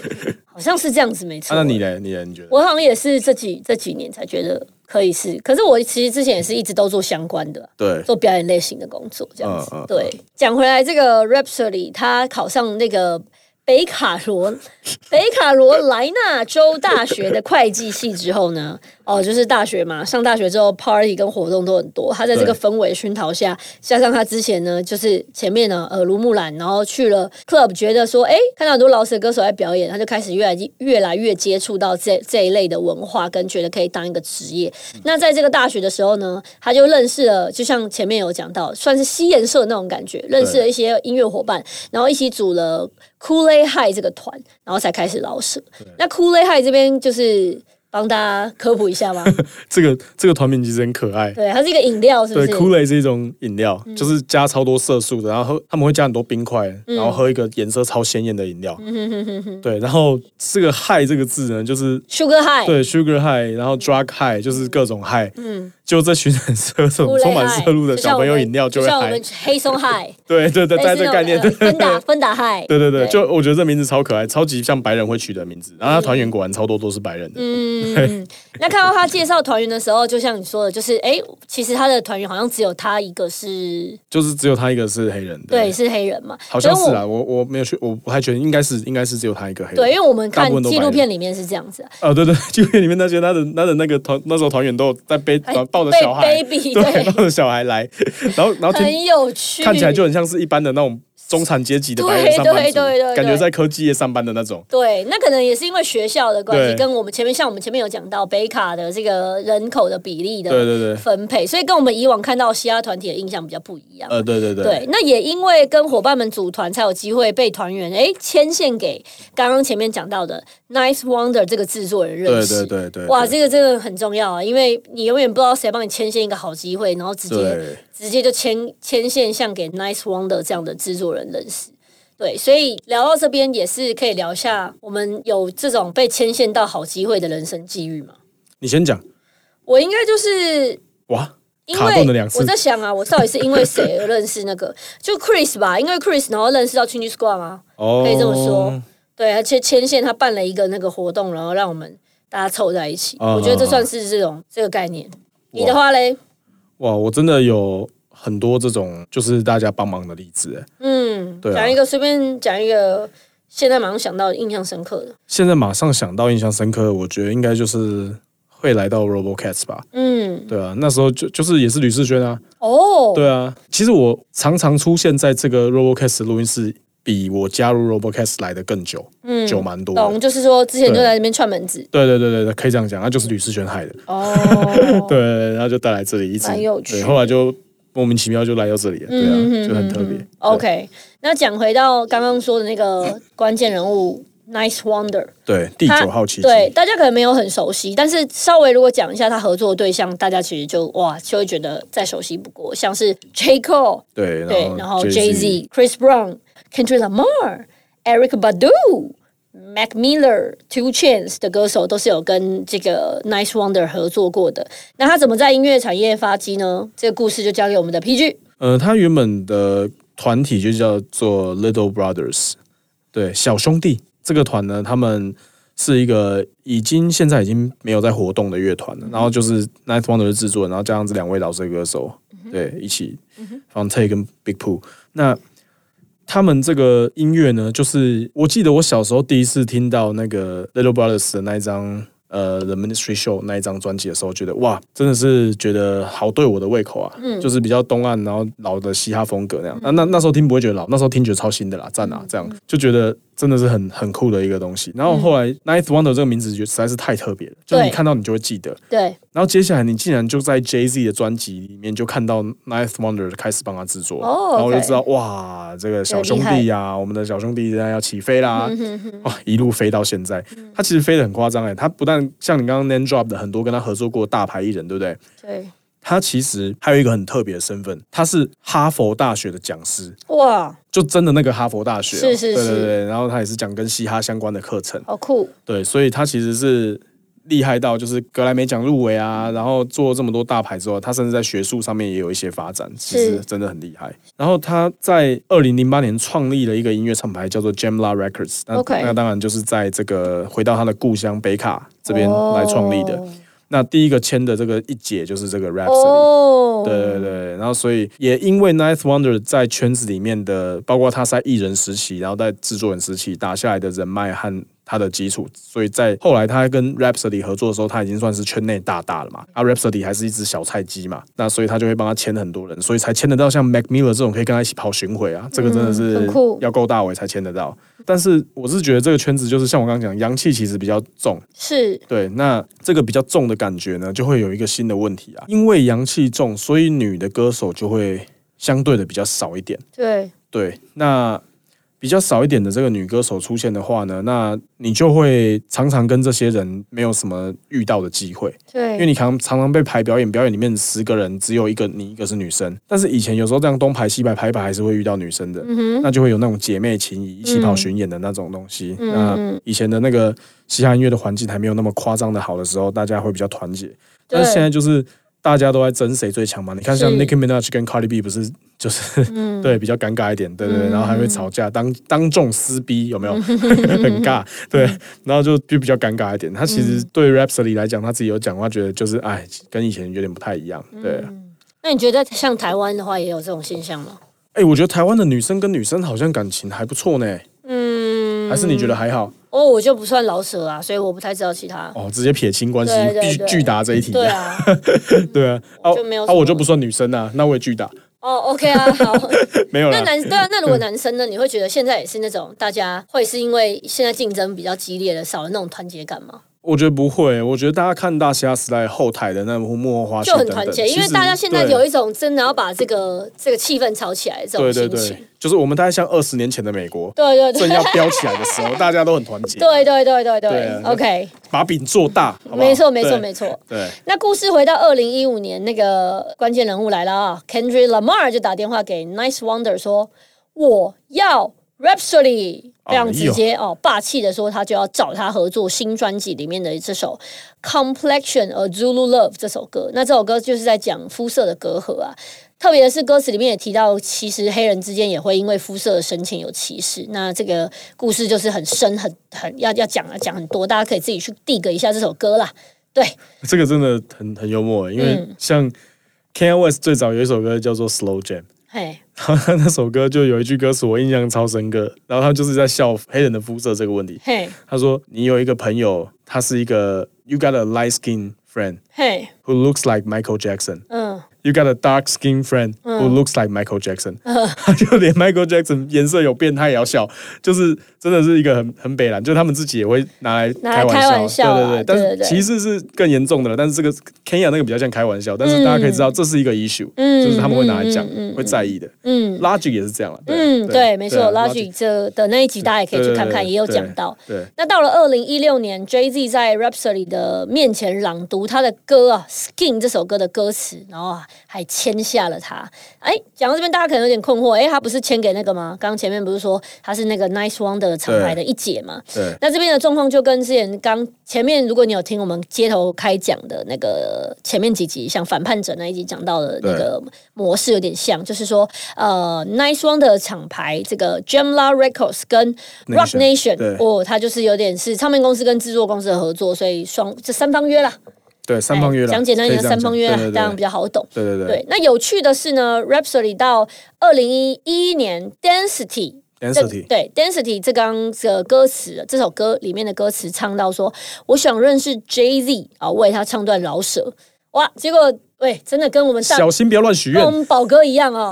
S2: 好像是这样子，没错。
S1: 啊那你嘞？你嘞？你觉得？
S2: 我好像也是这几这几年才觉得可以是，可是我其实之前也是一直都做相关的，
S1: 对，
S2: 做表演类型的工作这样子。
S1: 嗯嗯嗯
S2: 对，讲回来，这个 Rhapsody 他考上那个北卡罗北卡罗来纳州大学的会计系之后呢，哦，就是大学嘛，上大学之后 party 跟活动都很多。他在这个
S1: 对
S2: 氛围熏陶下，加上他之前呢，就是前面呢呃耳濡目染，然后去了 club，觉得说，哎，看到很多老舍歌手在表演，他就开始越来越来越接触到这这一类的文化，跟觉得可以当一个职业。那在这个大学的时候呢，他就认识了，就像前面有讲到，算是西研社那种感觉，认识了一些音乐伙伴，然后一起组了 Cool A High 这个团，然后才开始老舍。那 Cool A High 这边就是帮大家科普一
S1: *laughs*
S2: 下吧，
S1: 这个这个团名其实很可爱。
S2: 对，它是一个饮料，是不
S1: 对
S2: 嗯是？嗯
S1: ，Kool-Aid 是一种饮料，就是加超多色素的，然后喝他们会加很多冰块，然后喝一个颜色超鲜艳的饮
S2: 嗯
S1: 料。对，然后这个 “high” 这个字呢，就是
S2: Sugar High，
S1: 对 sugar high，然后 drug high，就是各种 high。
S2: 嗯，
S1: 就这群人摄入
S2: Kool-Aid
S1: 充满
S2: High，
S1: 摄入的
S2: 就
S1: 小
S2: 像
S1: 朋
S2: 我
S1: 友
S2: 们
S1: 饮料就
S2: 就
S1: 会
S2: 像我们
S1: high。
S2: 黑松
S1: *laughs*
S2: High，
S1: 对对对，在
S2: 类
S1: 这个
S2: 似那种
S1: 概念，
S2: 呃
S1: 对对
S2: 芬达
S1: 对。
S2: 芬达 High，
S1: 对对对，
S2: 对
S1: 就我觉得这名字超可爱，超级像白人会取的名字。然后他团员果然超多都是白人的，
S2: 嗯，那看到他介绍团员的时候，就像你说的，就是哎、诶其实他的团员好像只有他一个是，
S1: 就是只有他一个是黑人的。
S2: 对，，是黑人嘛，
S1: 好像是
S2: 所以我
S1: 啊，我我没有去，我不太确定，应该是应该是只有他一个黑人。
S2: 对，因为我们
S1: 大
S2: 看
S1: 部分都白
S2: 纪
S1: 人
S2: 录片里面是这样子啊，
S1: 啊，对 *laughs* 对，纪录片里面那些他的他的那个团，那时候团员都有在背
S2: 哎
S1: 抱着
S2: 被
S1: 小孩，
S2: baby，对
S1: 抱 *laughs* 着小孩来，然后然后听
S2: 很有趣，
S1: 看起来就很像是一般的那种中产阶级的白人
S2: 对
S1: 上班
S2: 对
S1: 族
S2: 对对
S1: 感觉
S2: 对
S1: 在科技业上班的那种。
S2: 对，那可能也是因为学校的关系，
S1: 对
S2: 跟我们前面像我们前面有讲到北卡的这个人口的比例
S1: 对
S2: 的
S1: 对对，
S2: 分配，所以跟我们以往看到嘻哈团体的印象比较不一样。
S1: 呃，对对对，
S2: 对，那也因为跟伙伴们组团，才有机会被团员哎牵线给刚刚前面讲到的 Nice Wonder 这个制作人认
S1: 对
S2: 识。
S1: 对对对，
S2: 哇，
S1: 对
S2: 这个真的很重要啊，因为你永远不知道谁帮你牵线一个好机会，然后直接
S1: 对
S2: 直接就牵牵线像给 Nice Wonder 这样的制作人认识。对，所以聊到这边也是可以聊一下，我们有这种被牵线到好机会的人生际遇吗？
S1: 你先讲
S2: 我应该就是
S1: 哇，
S2: 因
S1: 卡顿了
S2: 为
S1: 两次
S2: 我在想啊，我到底是因为谁而认识那个？ *laughs* 就 Chris 吧，因为 Chris 然后认识到 Change Squad 吗？
S1: 哦，
S2: 可以这么说，对，而且牵线他办了一个那个活动，然后让我们大家凑在一起，
S1: 嗯
S2: 我觉得这
S1: 嗯
S2: 算是这种这个概念。你的话嘞，
S1: 哇，我真的有很多这种就是大家帮忙的例子，哎
S2: 嗯，
S1: 对啊
S2: 讲一个随便讲一个，现在马上想到印象深刻的，
S1: 现在马上想到印象深刻，我觉得应该就是会来到 RoboCats 吧，
S2: 嗯，
S1: 对啊，那时候就就是也是吕世轩啊，
S2: 哦，
S1: 对啊，其实我常常出现在这个 RoboCast 录音室，比我加入 RoboCast 来的更久，
S2: 嗯
S1: 久蛮多的
S2: 懂，就是说之前就在那边串门子，
S1: 对对对对对，可以这样讲，那就是吕世轩害的。
S2: 哦，
S1: *laughs* 对，对对然后就带来这里一直，
S2: 蛮有趣
S1: 对，后来就莫名其妙就来到这里了，对
S2: 嗯
S1: 啊，
S2: 嗯
S1: 就很
S2: 嗯
S1: 特别
S2: 嗯。OK，那讲回到刚刚说的那个关键人物 Nice Wonder，
S1: 对，第
S2: 他
S1: 九号奇迹，
S2: 对，大家可能没有很熟悉，但是稍微如果讲一下他合作的对象，大家其实就哇就会觉得再熟悉不过，像是 J Cole，
S1: 对
S2: 对，然后 Jay
S1: 哦 Jay-Z
S2: Z、Chris Brown、Kendrick Lamar、Eric Badu、Mac Miller、Two Chains 的歌手都是有跟这个 Nice Wonder 合作过的。那他怎么在音乐产业发迹呢？这个故事就交给我们的 PG。
S1: 呃，他原本的团体就叫做 Little Brothers，对，小兄弟这个团呢，他们是一个已经现在已经没有在活动的乐团了，然后就是 Night Wonder 的制作人，然后加上这两位老师的歌手，对，一起 f o n t a 跟 Big Pooh，那。他们这个音乐呢，就是我记得我小时候第一次听到那个 Little Brothers 的那一张呃 The Ministry Show 那一张专辑的时候，觉得哇，真的是觉得好对我的胃口啊，就是比较东岸，然后老的嘻哈风格那样。那那那时候听不会觉得老，那时候听觉得超新的啦，赞啊，这样就觉得真的是很很酷的一个东西。然后后来 Ninth Wonder 这个名字觉得实在是太特别了，就是你
S2: 对
S1: 看到你就会记得。
S2: 对，
S1: 然后接下来你竟然就在 Jay Z 的专辑里面就看到 Ninth Wonder 开始帮他制作，
S2: 哦
S1: 然后我就
S2: OK
S1: 知道哇，这个小兄弟呀、我们的小兄弟现在要起飞啦，
S2: 嗯
S1: 哇，一路飞到现在，他其实飞得很夸张哎，他不但像你刚刚 name drop 的很多跟他合作过的大牌艺人，对不对？
S2: 对，
S1: 他其实还有一个很特别的身份，他是哈佛大学的讲师，
S2: 哇，
S1: 就真的那个哈佛大学哦、
S2: 是是
S1: 对
S2: 是
S1: 对对，然后他也是讲跟嘻哈相关的课程，
S2: 好酷，
S1: 对，所以他其实是厉害到就是格莱美奖入围啊，然后做这么多大牌之后，他甚至在学术上面也有一些发展，其实真的很厉害。然后他在二零零八年创立了一个音乐厂牌，叫做 Jamla Records 那。
S2: OK
S1: 那当然就是在这个回到他的故乡北卡这边
S2: 哦
S1: 来创立的。那第一个签的这个一姐就是这个 Rhapsody。
S2: 哦，
S1: 对对对，然后所以也因为 Ninth Wonder 在圈子里面的，包括他在艺人时期，然后在制作人时期打下来的人脉和他的基础，所以在后来他跟 Rhapsody 合作的时候，他已经算是圈内大大了嘛。啊，Rhapsody 还是一只小菜鸡嘛，那所以他就会帮他签很多人，所以才签得到像 Mac Miller 这种可以跟他一起跑巡回啊，这个真的
S2: 嗯很
S1: 是
S2: 酷
S1: 要够大尾才签得到。但是我是觉得这个圈子就是像我刚刚讲，阳气其实比较重，
S2: 是
S1: 对，那这个比较重的感觉呢，就会有一个新的问题啊，因为阳气重，所以女的歌手就会相对的比较少一点。
S2: 对，
S1: 对，那比较少一点的这个女歌手出现的话呢，那你就会常常跟这些人没有什么遇到的机会。
S2: 对，
S1: 因为你常常常被排表演，表演里面十个人只有一个你一个是女生，但是以前有时候这样东排西排排一排还是会遇到女生的，那就会有那种姐妹情谊一起跑巡演的那种东西。那以前的那个嘻哈音乐的环境还没有那么夸张的好的时候，大家会比较团结，但是现在就是。大家都在争谁最强嘛？你看，像
S2: 是嗯
S1: Nicki Minaj 跟 Cardi B 不是 *laughs* 就是、对比较尴尬一点，对对对，然后还会吵架，当当众撕逼有没有？
S2: *laughs*
S1: 很尬，对，
S2: 嗯
S1: 然后就就比较尴尬一点。他其实对 Rhapsody 来讲，他自己有讲，他觉得就是哎，跟以前有点不太一样。
S2: 嗯
S1: 对，哎、
S2: 那你觉得像台湾的话，也有这种现象吗？
S1: 哎我觉得台湾的女生跟女生好像感情还不错呢，
S2: 嗯，
S1: 还是你觉得还好？
S2: 哦，我就不算老舍啊，所以我不太知道其他。
S1: 哦，直接撇清关系
S2: 对，对
S1: 必
S2: 对
S1: 拒答这一题。
S2: 对啊，
S1: 对啊，啊
S2: 就没有
S1: 啊，
S2: 什
S1: 我
S2: 么
S1: 就不算女生啊，那我也拒答，
S2: 哦，OK 啊，好。
S1: *laughs* 没有
S2: 那
S1: 啦。
S2: 男对啊，那如果男生呢？你会觉得现在也是那种大家会是因为现在竞争比较激烈了，少了那种团结感吗？
S1: 我觉得不会，我觉得大家看大嘻哈时代后台的那幕幕后花絮
S2: 就很
S1: 等
S2: 团
S1: 等
S2: 结，因为
S1: 其实
S2: 大家现在
S1: 对
S2: 有一种真的要把这个这个气氛炒起来的这
S1: 对
S2: 种
S1: 对
S2: 心
S1: 对
S2: 情。，
S1: 就是我们大概像二十年前的美国。
S2: 对对
S1: 正
S2: 对
S1: 要飙起来的时候，大家都很团结，
S2: 对对对对
S1: 对
S2: 对
S1: 啊
S2: ，OK，
S1: 把饼做大，好不好
S2: 没错没错
S1: 对
S2: 没错。
S1: 对，
S2: 那故事回到二零一五年，那个关键人物来了啊，Kendrick Lamar 就打电话给 Nice Wonder 说：“我要 Rhapsody。”非常直接哦，霸气的说，他就要找他合作新专辑里面的这首《Complexion a Zulu Love》这首歌。那这首歌就是在讲肤色的隔阂啊，特别是歌词里面也提到，其实黑人之间也会因为肤色的深浅有歧视。那这个故事就是很深，很很要要讲啊，讲很多，大家可以自己去 dig 一下这首歌啦。对，
S1: 这个真的很很幽默，因为
S2: 嗯
S1: 像 Kanye West 最早有一首歌叫做《Slow Jam》， *laughs*
S2: 嘿，
S1: 然后他那首歌就有一句歌词我印象超深刻，然后他就是在笑黑人的肤色这个问题。
S2: 嘿，
S1: 他说：“你有一个朋友，他是一个 You got a light skin friend
S2: 嘿，
S1: who looks like Michael Jackson。”
S2: 嗯，
S1: You got a dark skin friend who looks like Michael Jackson，、他 *laughs*
S2: 嗯
S1: 就连 Michael Jackson 颜色有变，他也要笑，就是真的是一个很很北蓝，就他们自己也会拿来
S2: 拿来
S1: 玩
S2: 开
S1: 笑，
S2: 玩笑
S1: 对对
S2: 啊对对
S1: 但是
S2: 对
S1: 其实是更严重的了，但是这个 Kenya 那个比较像开玩笑，但是大家可以知道这是一个 issue，、就是
S2: 嗯
S1: 他们会拿来讲，会在意的。嗯，Logic 也是这样了。对
S2: 嗯，对，没错
S1: 啊
S2: ，Logic 这的那一集大家也可以去看
S1: 对
S2: 看，
S1: 对对
S2: 也有讲到。
S1: 对，
S2: 那到了二零一六年，Jay Z 在 Rhapsody 的面前朗读他的歌啊，《Skin》这首歌的歌词，然后啊还签下了他。哎，讲到这边，大家可能有点困惑，哎，他不是签给那个吗？刚刚前面不是说他是那个 Nice Wonder 的厂牌的一姐吗？
S1: 对，
S2: 那这边的状况就跟之前刚前面，如果你有听我们街头开讲的那个前面几集，像反叛者那一集讲到的那个模式有点像，就是说，呃，Nice One 的厂牌这个 Jamla Records 跟 Rock
S1: Nation，
S2: Nation，
S1: 对
S2: 哦，它就是有点是唱片公司跟制作公司的合作，所以双这三方约啦，
S1: 对，三方约
S2: 哎
S1: 啦
S2: 讲简单一点，
S1: 可以这样
S2: 三方约啦
S1: 讲对，
S2: 这样
S1: 对
S2: 比较好懂。
S1: 对对对
S2: 对，那有趣的是呢，Rhapsody 到二零一一年 Density
S1: 对
S2: 这
S1: ，density，
S2: 对 density 这刚这歌词，这首歌里面的歌词唱到说，我想认识 Jay Z 啊，为他唱段老舍，哇，结果喂，真的跟我们上
S1: 小心不要乱许
S2: 跟我
S1: 愿，
S2: 们宝哥一样哦，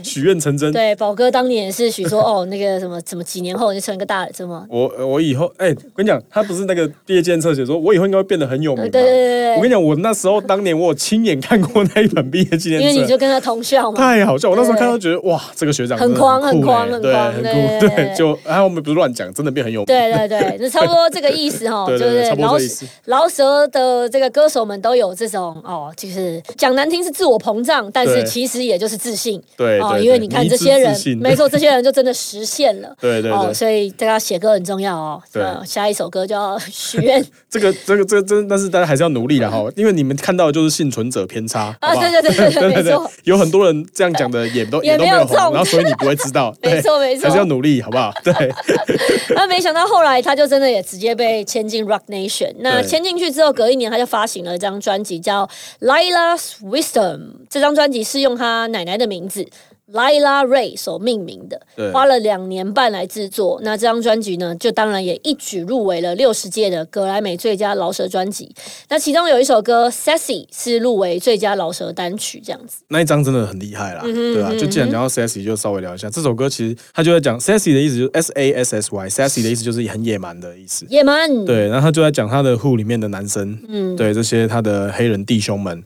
S1: *laughs* 许愿成真。
S2: 对，宝哥当年也是许说哦，那个什么什么几年后你就成一个大什么，
S1: 我我以后哎、我跟你讲，他不是那个毕业检测写说，我以后应该会变得很有名
S2: 呃
S1: 吧。
S2: 对对对
S1: 我
S2: 对
S1: 跟你讲，我那时候当年我有亲眼看过那一本毕业纪
S2: 对，因为
S1: 念
S2: 你
S1: 册，
S2: 就跟他同校嘛，
S1: 太好笑！我那时候
S2: 对
S1: 看到觉得哇，这个学长
S2: 很
S1: 真的
S2: 狂
S1: 酷
S2: 很狂
S1: 欸
S2: 很
S1: 对，
S2: 狂
S1: 很
S2: 对
S1: 酷，
S2: 对对
S1: 对，就哎，我们不是乱讲，真的变很有名。
S2: 对对对，那差不多这个意思哦，
S1: *laughs* 对
S2: 就
S1: 对对
S2: 是
S1: 差不多
S2: 老
S1: 这意思
S2: 饶舌的这个歌手们都有这种哦，就是就是讲难听是自我膨胀，但是
S1: 对
S2: 其实也就是自信。
S1: 对
S2: 哦，
S1: 对
S2: 因为
S1: 对
S2: 你看
S1: 迷
S2: 这
S1: 之
S2: 些
S1: 自
S2: 人，
S1: 信
S2: 没错，这些人就真的实现了。
S1: 对对
S2: 哦，
S1: 对，
S2: 所以大家写歌很重要哦。
S1: 对
S2: 呃下一首歌就要许
S1: *laughs*
S2: 愿
S1: 这个这个这个真，但是大家还是要努力的哈，因为你们看到的就是幸存者偏差，好
S2: 啊！
S1: 不好
S2: 对？对对对，
S1: 对
S2: 没
S1: 对
S2: 错，，
S1: 有很多人这样讲的也都
S2: 也
S1: 也都
S2: 没
S1: 没
S2: 有
S1: 有红，
S2: 中
S1: 然后所以你不会知道，
S2: *laughs* 没
S1: 对，
S2: 错没错
S1: 还是要努力，好不好？对，
S2: *laughs* 那没想到后来他就真的也直接被签进 Rock Nation。那
S1: 对
S2: 签进去之后，隔一年他就发行了一张专辑叫《Lila's Wisdom》，这张专辑是用他奶奶的名字 Lila Ray 所命名的。
S1: 对
S2: 花了两年半来制作。那这张专辑呢，就当然也一举入围了六十届的格莱美最佳饶舌专辑。那其中有一首歌《Sassy》是入围最佳饶舌单曲，这样子。
S1: 那一张真的很厉害啦，
S2: 嗯
S1: 对啊，就既然讲到 sassy，就稍微聊一下这首歌。其实他就在讲 sassy 的意思，就是 s a s s y，sassy 的意思就是很野蛮的意思。
S2: 野蛮，
S1: 对，然后他就在讲他的 Who 里面的男生，
S2: 嗯
S1: 对这些他的黑人弟兄们，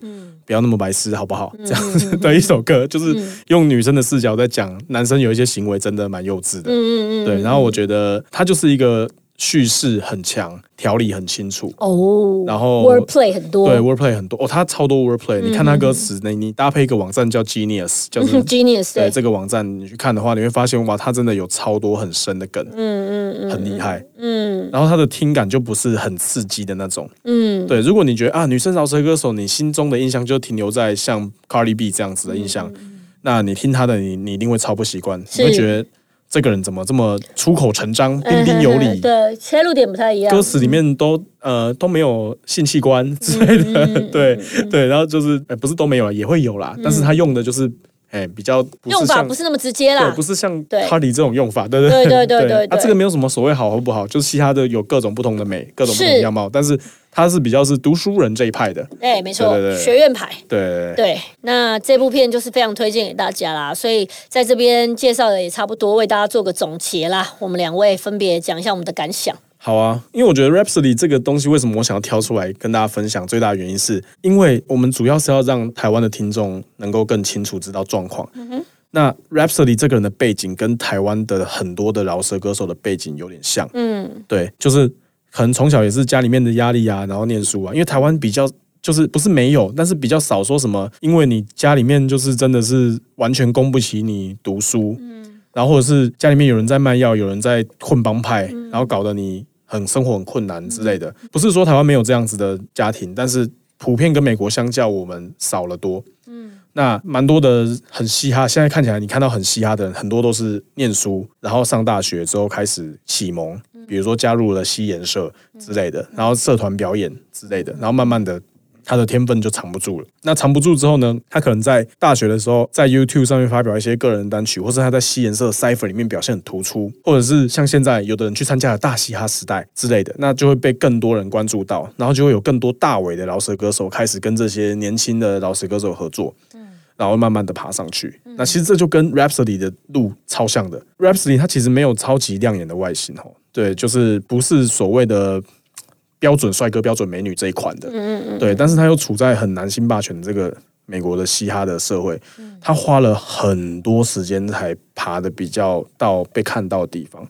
S1: 不要那么白痴，好不好？
S2: 嗯
S1: 这样子的一首歌，就是用女生的视角在讲男生有一些行为真的蛮幼稚的，
S2: 嗯嗯嗯，
S1: 对。然后我觉得他就是一个叙事很强，条理很清楚，
S2: 哦，
S1: 然后
S2: wordplay 很多，
S1: 对 wordplay 很多哦，他超多 wordplay。你看他歌词，你你搭配一个网站叫 Genius，叫做
S2: *laughs* genius
S1: 对呃这个网站你去看的话，你会发现哇，他真的有超多很深的梗，
S2: 嗯嗯嗯
S1: 很厉害。
S2: 嗯
S1: 然后他的听感就不是很刺激的那种。
S2: 嗯，
S1: 对，如果你觉得啊，女生饶舌歌手，你心中的印象就停留在像 Cardi B 这样子的印象，那你听他的，你你一定会超不习惯，
S2: 嗯是
S1: 你会觉得这个人怎么这么出口成章、
S2: 嗯
S1: 彬彬有礼，
S2: 对，切入点不太一样
S1: 歌。词里面都呃都没有性器
S2: 嗯
S1: 官之类的， *laughs* 对对，然后就是、呃不是都没有啦，也会有啦，但是他用的就是哎、比较不
S2: 嗯用
S1: 是
S2: 法
S1: 像
S2: 不是那么直接
S1: 对
S2: 啦
S1: 不，是像
S2: 对
S1: Cardi 这种用法，对对
S2: 对
S1: *laughs*
S2: 对对对
S1: 啊，
S2: 对
S1: 这个没有什么所谓好或不好，就是嘻哈的有各种不同的美，各种不同
S2: 是
S1: 的样貌，但是他是比较是读书人这一派的，
S2: 哎，没错
S1: 对对，对
S2: 学院派。
S1: 对
S2: 对，那这部片就是非常推荐给大家啦，所以在这边介绍的也差不多，为大家做个总结啦。我们两位分别讲一下我们的感想。
S1: 好啊，因为我觉得 Rhapsody 这个东西，为什么我想要挑出来跟大家分享？最大的原因是因为我们主要是要让台湾的听众能够更清楚知道状况。那 Rhapsody 这个人的背景跟台湾的很多的饶舌歌手的背景有点像，
S2: 嗯，
S1: 对，就是可能从小也是家里面的压力啊，然后念书啊，因为台湾比较。就是不是没有，但是比较少说什么，因为你家里面就是真的是完全供不起你读书，然后或者是家里面有人在卖药，有人在混帮派，然后搞得你很生活很困难之类的。不是说台湾没有这样子的家庭，但是普遍跟美国相较，我们少了多。那蛮多的很嘻哈，现在看起来你看到很嘻哈的人，很多都是念书，然后上大学之后开始启蒙，比如说加入了西研社之类的，然后社团表演之类的，然后慢慢的。他的天分就藏不住了。那藏不住之后呢，他可能在大学的时候，在 YouTube 上面发表一些个人单曲，或是他在西研社 Cipher 里面表现很突出，或者是像现在有的人去参加了大嘻哈时代之类的，那就会被更多人关注到，然后就会有更多大尾的饶舌歌手开始跟这些年轻的饶舌歌手合作。然后慢慢的爬上去。那其实这就跟 Rhapsody 的路超像的。Rhapsody 它其实没有超级亮眼的外形哦，对，就是不是所谓的标准帅哥、标准美女这一款的，对。但是他又处在很男性霸权的这个美国的嘻哈的社会，他花了很多时间才爬的比较到被看到的地方。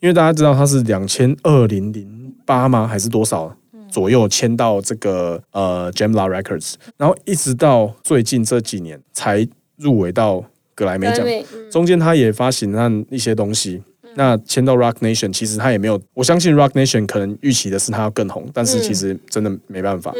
S1: 因为大家知道他是两千二零零八吗？还是多少？左右签到这个呃 Jamla Records，然后一直到最近这几年才入围到格莱美
S2: 各
S1: 奖，
S2: 位嗯
S1: 中间他也发行了一些东西。那签到 Rock Nation，其实他也没有，我相信 Rock Nation 可能预期的是他要更红，但
S2: 嗯
S1: 是其实真的没办法，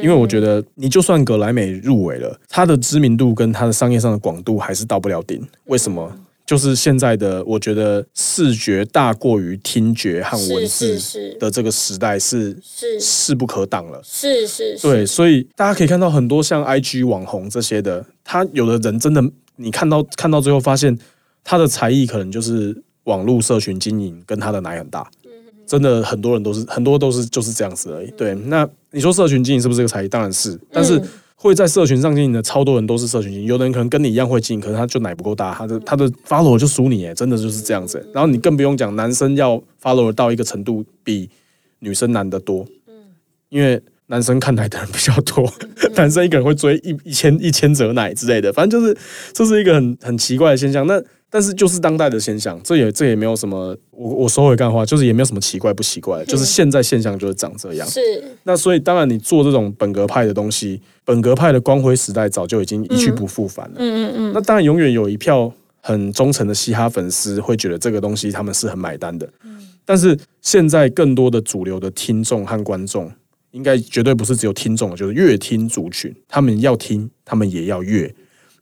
S1: 因为我觉得你就算格莱美入围了，他的知名度跟他的商业上的广度还是到不了
S2: 嗯
S1: 顶。为什么？就是现在的，我觉得视觉大过于听觉和文
S2: 是
S1: 字
S2: 是是
S1: 的这个时代是
S2: 是
S1: 势不可挡了。
S2: 是是是，
S1: 对，所以大家可以看到很多像 IG 网红这些的，他有的人真的，你看到看到最后发现，他的才艺可能就是网络社群经营跟他的奶很大，
S2: 嗯
S1: 真的很多人都是很多都是就是这样子而已。对，那你说社群经营是不是这个才艺？当然
S2: 嗯
S1: 是，但是。会在社群上经营的超多人都是社群经营，有的人可能跟你一样会经营，可是他就奶不够大，他
S2: 嗯
S1: 的他的 follow 就输你，哎，真的就是这样子。然后你更不用讲，男生要 follow 到一个程度比女生难得多，因为男生看奶的人比较多，男生一个人会追一一千一千则奶之类的，反正就是这是一个很很奇怪的现象。那但是就是当代的现象，这也这也没有什么，我我收回干话，就是也没有什么奇怪不奇怪的，就是现在现象就是长这样。
S2: 是
S1: 那所以当然，你做这种本格派的东西，本格派的光辉时代早就已经一去不复返了。嗯嗯嗯。那当然，永远有一票很忠诚的嘻哈粉丝会觉得这个东西他们是很买单的。但是现在更多的主流的听众和观众，应该绝对不是只有听众，就是乐听族群，他们要听，他们也要乐。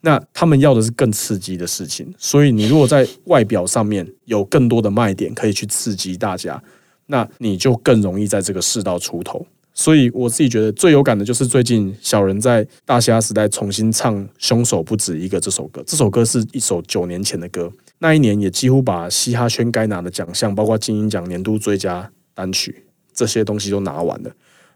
S1: 那他们要的是更刺激的事情，所以你如果在外表上面有更多的卖点可以去刺激大家，那你就更容易在这个世道出头。所以我自己觉得最有感的就是最近小人在大虾时代重新唱《凶手不止一个》这首歌，这首歌是一首九年前的歌，那一年也几乎把嘻哈圈该拿的奖项，包括金鹰奖、年度最佳单曲这些东西都拿完了。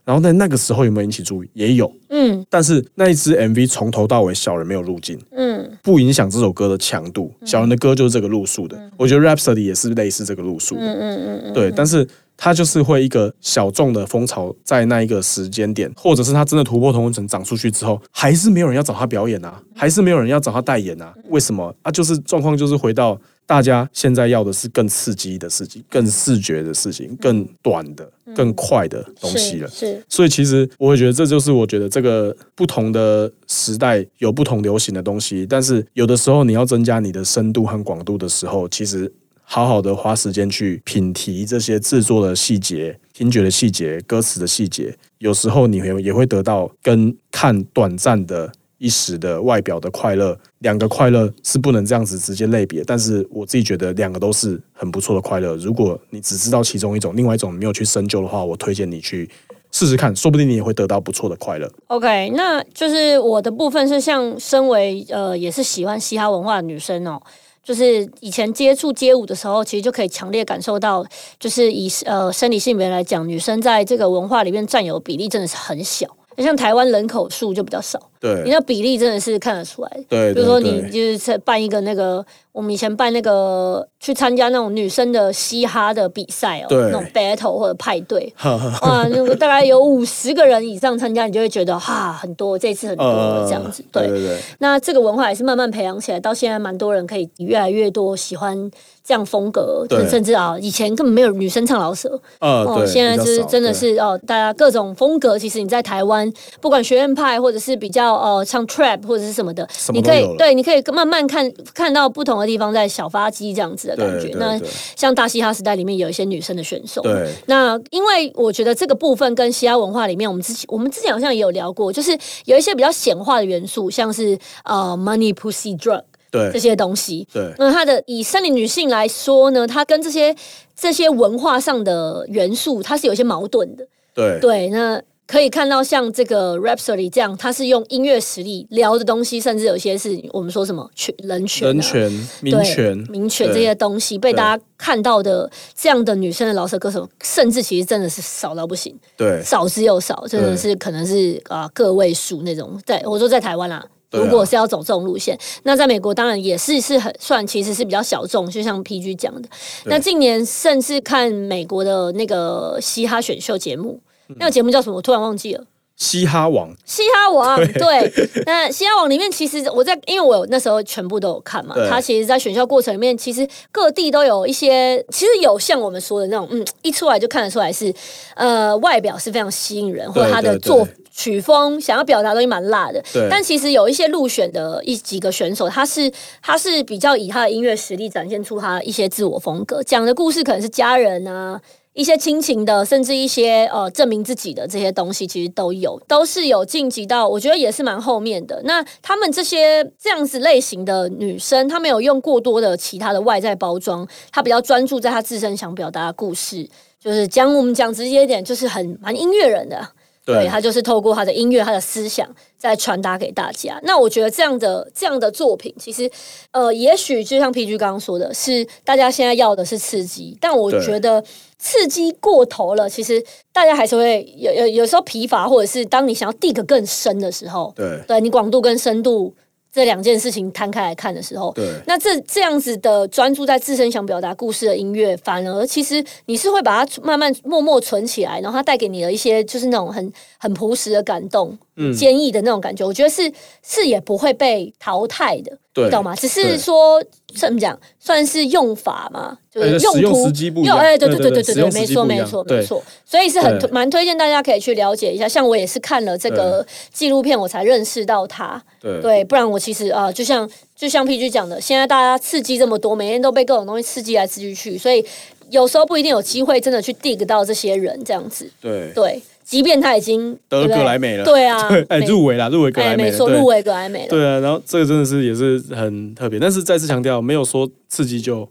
S1: 然后在那个时候有没有引起注意？也有，
S2: 嗯
S1: 但是那一支 MV 从头到尾小人没有入镜，
S2: 嗯
S1: 不影响这首歌的强度。小人的歌就是这个路数的，我觉得 Rhapsody 也是类似这个路数的。
S2: 嗯嗯嗯
S1: 对，但是它就是会一个小众的风潮，在那一个时间点，或者是它真的突破同温层涨出去之后，还是没有人要找他表演
S2: 嗯
S1: 啊，还是没有人要找他代言啊？为什么啊？就是状况就是回到大家现在要的是更刺激的事情，
S2: 嗯
S1: 更视觉的事情，更短的、更快的东
S2: 是
S1: 西了。
S2: 是
S1: 所以其实我会觉得，这就是我觉得这个不同的时代有不同流行的东西，但是有的时候你要增加你的深度和广度的时候，其实好好的花时间去品提这些制作的细节、听觉的细节、歌词的细节，有时候你会也会得到跟看短暂嗯的。一时的外表的快乐，两个快乐是不能这样子直接类别，但是我自己觉得两个都是很不错的快乐。如果你只知道其中一种，另外一种你没有去深究的话，我推荐你去试试看，说不定你也会得到不错的快乐。
S2: OK，那就是我的部分是像身为呃也是喜欢嘻哈文化的女生哦，就是以前接触街舞的时候，其实就可以强烈感受到，就是以呃生理性别来讲，女生在这个文化里面占有比例真的是很小。像台湾人口数就比较少，你
S1: 对
S2: 那比例真的是看得出来的。
S1: 对，
S2: 比如说你
S1: 对 *laughs* 对
S2: 就是办一个那个，我们以前办那个去参加那种女生的嘻哈的比赛哦，
S1: 对
S2: 那种 battle 或者派对，
S1: 哈 *laughs* 哈
S2: 哇，那嗯个大概有五十个人以上参加，你就会觉得哈很多，这一次很多
S1: 呃
S2: 这样子。
S1: 对
S2: 对，
S1: 对对，
S2: 那这个文化也是慢慢培养起来，到现在蛮多人可以越来越多喜欢这样风格，
S1: 对
S2: 甚至啊，以前根本没有女生唱老舍，
S1: 呃，
S2: 哦，
S1: 对，
S2: 现在
S1: 比较
S2: 就是
S1: 少
S2: 真的
S1: 对
S2: 是哦，大家各种风格，其实你在台湾，不管学院派或者是比较呃唱 trap 或者是什么的，
S1: 什么
S2: 你
S1: 都
S2: 可以
S1: 有了
S2: 对，你可以慢慢看看到不同的地方在小发迹这样子的感
S1: 对
S2: 觉
S1: 对。
S2: 那
S1: 对
S2: 像大嘻哈时代里面有一些女生的选手，
S1: 对
S2: 那因为我觉得这个部分跟嘻哈文化里面，我们之前我们之前好像也有聊过，就是有一些比较显化的元素，像是呃 money pussy drug 这
S1: 对
S2: 些东西。
S1: 对
S2: 那它的以生理女性来说呢，它跟这些这些文化上的元素，它是有一些矛盾的。
S1: 对
S2: 对，那可以看到像这个 Rhapsody 这样，它是用音乐实力聊的东西，甚至有些是我们说什么权人权、啊、
S1: 人权、民
S2: 对
S1: 权，
S2: 民权这
S1: 对
S2: 些东西被
S1: 对
S2: 大家看到的这样的女生的老舍歌手，甚至其实真的是少到不行，
S1: 对
S2: 少之又少，真的是可能是啊、个位数那种。在我说在台湾啦、
S1: 对啊
S2: 如果是要走这种路线，那在美国当然也是是很算其实是比较小众，就像 PG 讲的。
S1: 对
S2: 那近年甚至看美国的那个嘻哈选秀节目，
S1: 嗯
S2: 那个节目叫什么？我突然忘记了。
S1: 嘻哈王，
S2: 嘻哈王对，那嘻哈王里面其实我在，因为我那时候全部都有看嘛
S1: 对，
S2: 他其实，在选秀过程里面，其实各地都有一些，其实有像我们说的那种，嗯，一出来就看得出来是，呃，外表是非常吸引人，或者
S1: 对
S2: 他的
S1: 对对
S2: 作曲风想要表达的东西蛮辣的
S1: 对，
S2: 但其实有一些入选的一几个选手，他是他是比较以他的音乐实力展现出他一些自我风格，讲的故事可能是家人啊，一些亲情的，甚至一些呃证明自己的这些东西，其实都有，都是有晋级到，我觉得也是蛮后面的。那他们这些这样子类型的女生，她没有用过多的其他的外在包装，她比较专注在她自身想表达的故事，就是讲我们讲直接一点，就是很蛮音乐人的啊。对
S1: 对
S2: 他就是透过他的音乐、他的思想在传达给大家。那我觉得这样的这样的作品，其实呃，也许就像 PG 刚刚说的，是大家现在要的是刺激，但我
S1: 对
S2: 觉得刺激过头了，其实大家还是会有有有时候疲乏，或者是当你想要 dig 更深的时候，
S1: 对
S2: 对你广度跟深度这两件事情摊开来看的时候，
S1: 对
S2: 那这这样子的专注在自身想表达故事的音乐，反而其实你是会把它慢慢默默存起来，然后它带给你的一些就是那种很很朴实的感动，
S1: 嗯
S2: 坚毅的那种感觉，我觉得是是也不会被淘汰的，
S1: 对
S2: 你懂吗？只是
S1: 对
S2: 说怎么讲，算是用法嘛，就
S1: 哎
S2: 是
S1: 使用
S2: 途
S1: 时机不一
S2: 用
S1: 样
S2: 哎，对
S1: 对
S2: 对
S1: 对
S2: 对
S1: 使用时
S2: 没
S1: 机
S2: 错
S1: 不一
S2: 没
S1: 样
S2: 错没
S1: 对
S2: 错，所以是很
S1: 对
S2: 蛮推荐大家可以去了解一下。像我也是看了这
S1: 嗯
S2: 个纪录片，我才认识到他，
S1: 对
S2: 对，不然我其实啊、呃就像就像 PG 讲的，现在大家刺激这么多，每天都被各种东西刺激来刺激去，所以有时候不一定有机会真的去 dig 到这些人这样子。
S1: 对
S2: 对，即便他已经
S1: 得了
S2: 对不对
S1: 格莱美了
S2: 对啊，
S1: *laughs* 哎，
S2: 没
S1: 入围啦，入围格莱
S2: 哎，
S1: 美
S2: 没
S1: 了，
S2: 错，
S1: 对
S2: 入围格莱美了。
S1: 对啊，然后这个真的是也是很特别，但是再次强调，没有说刺激就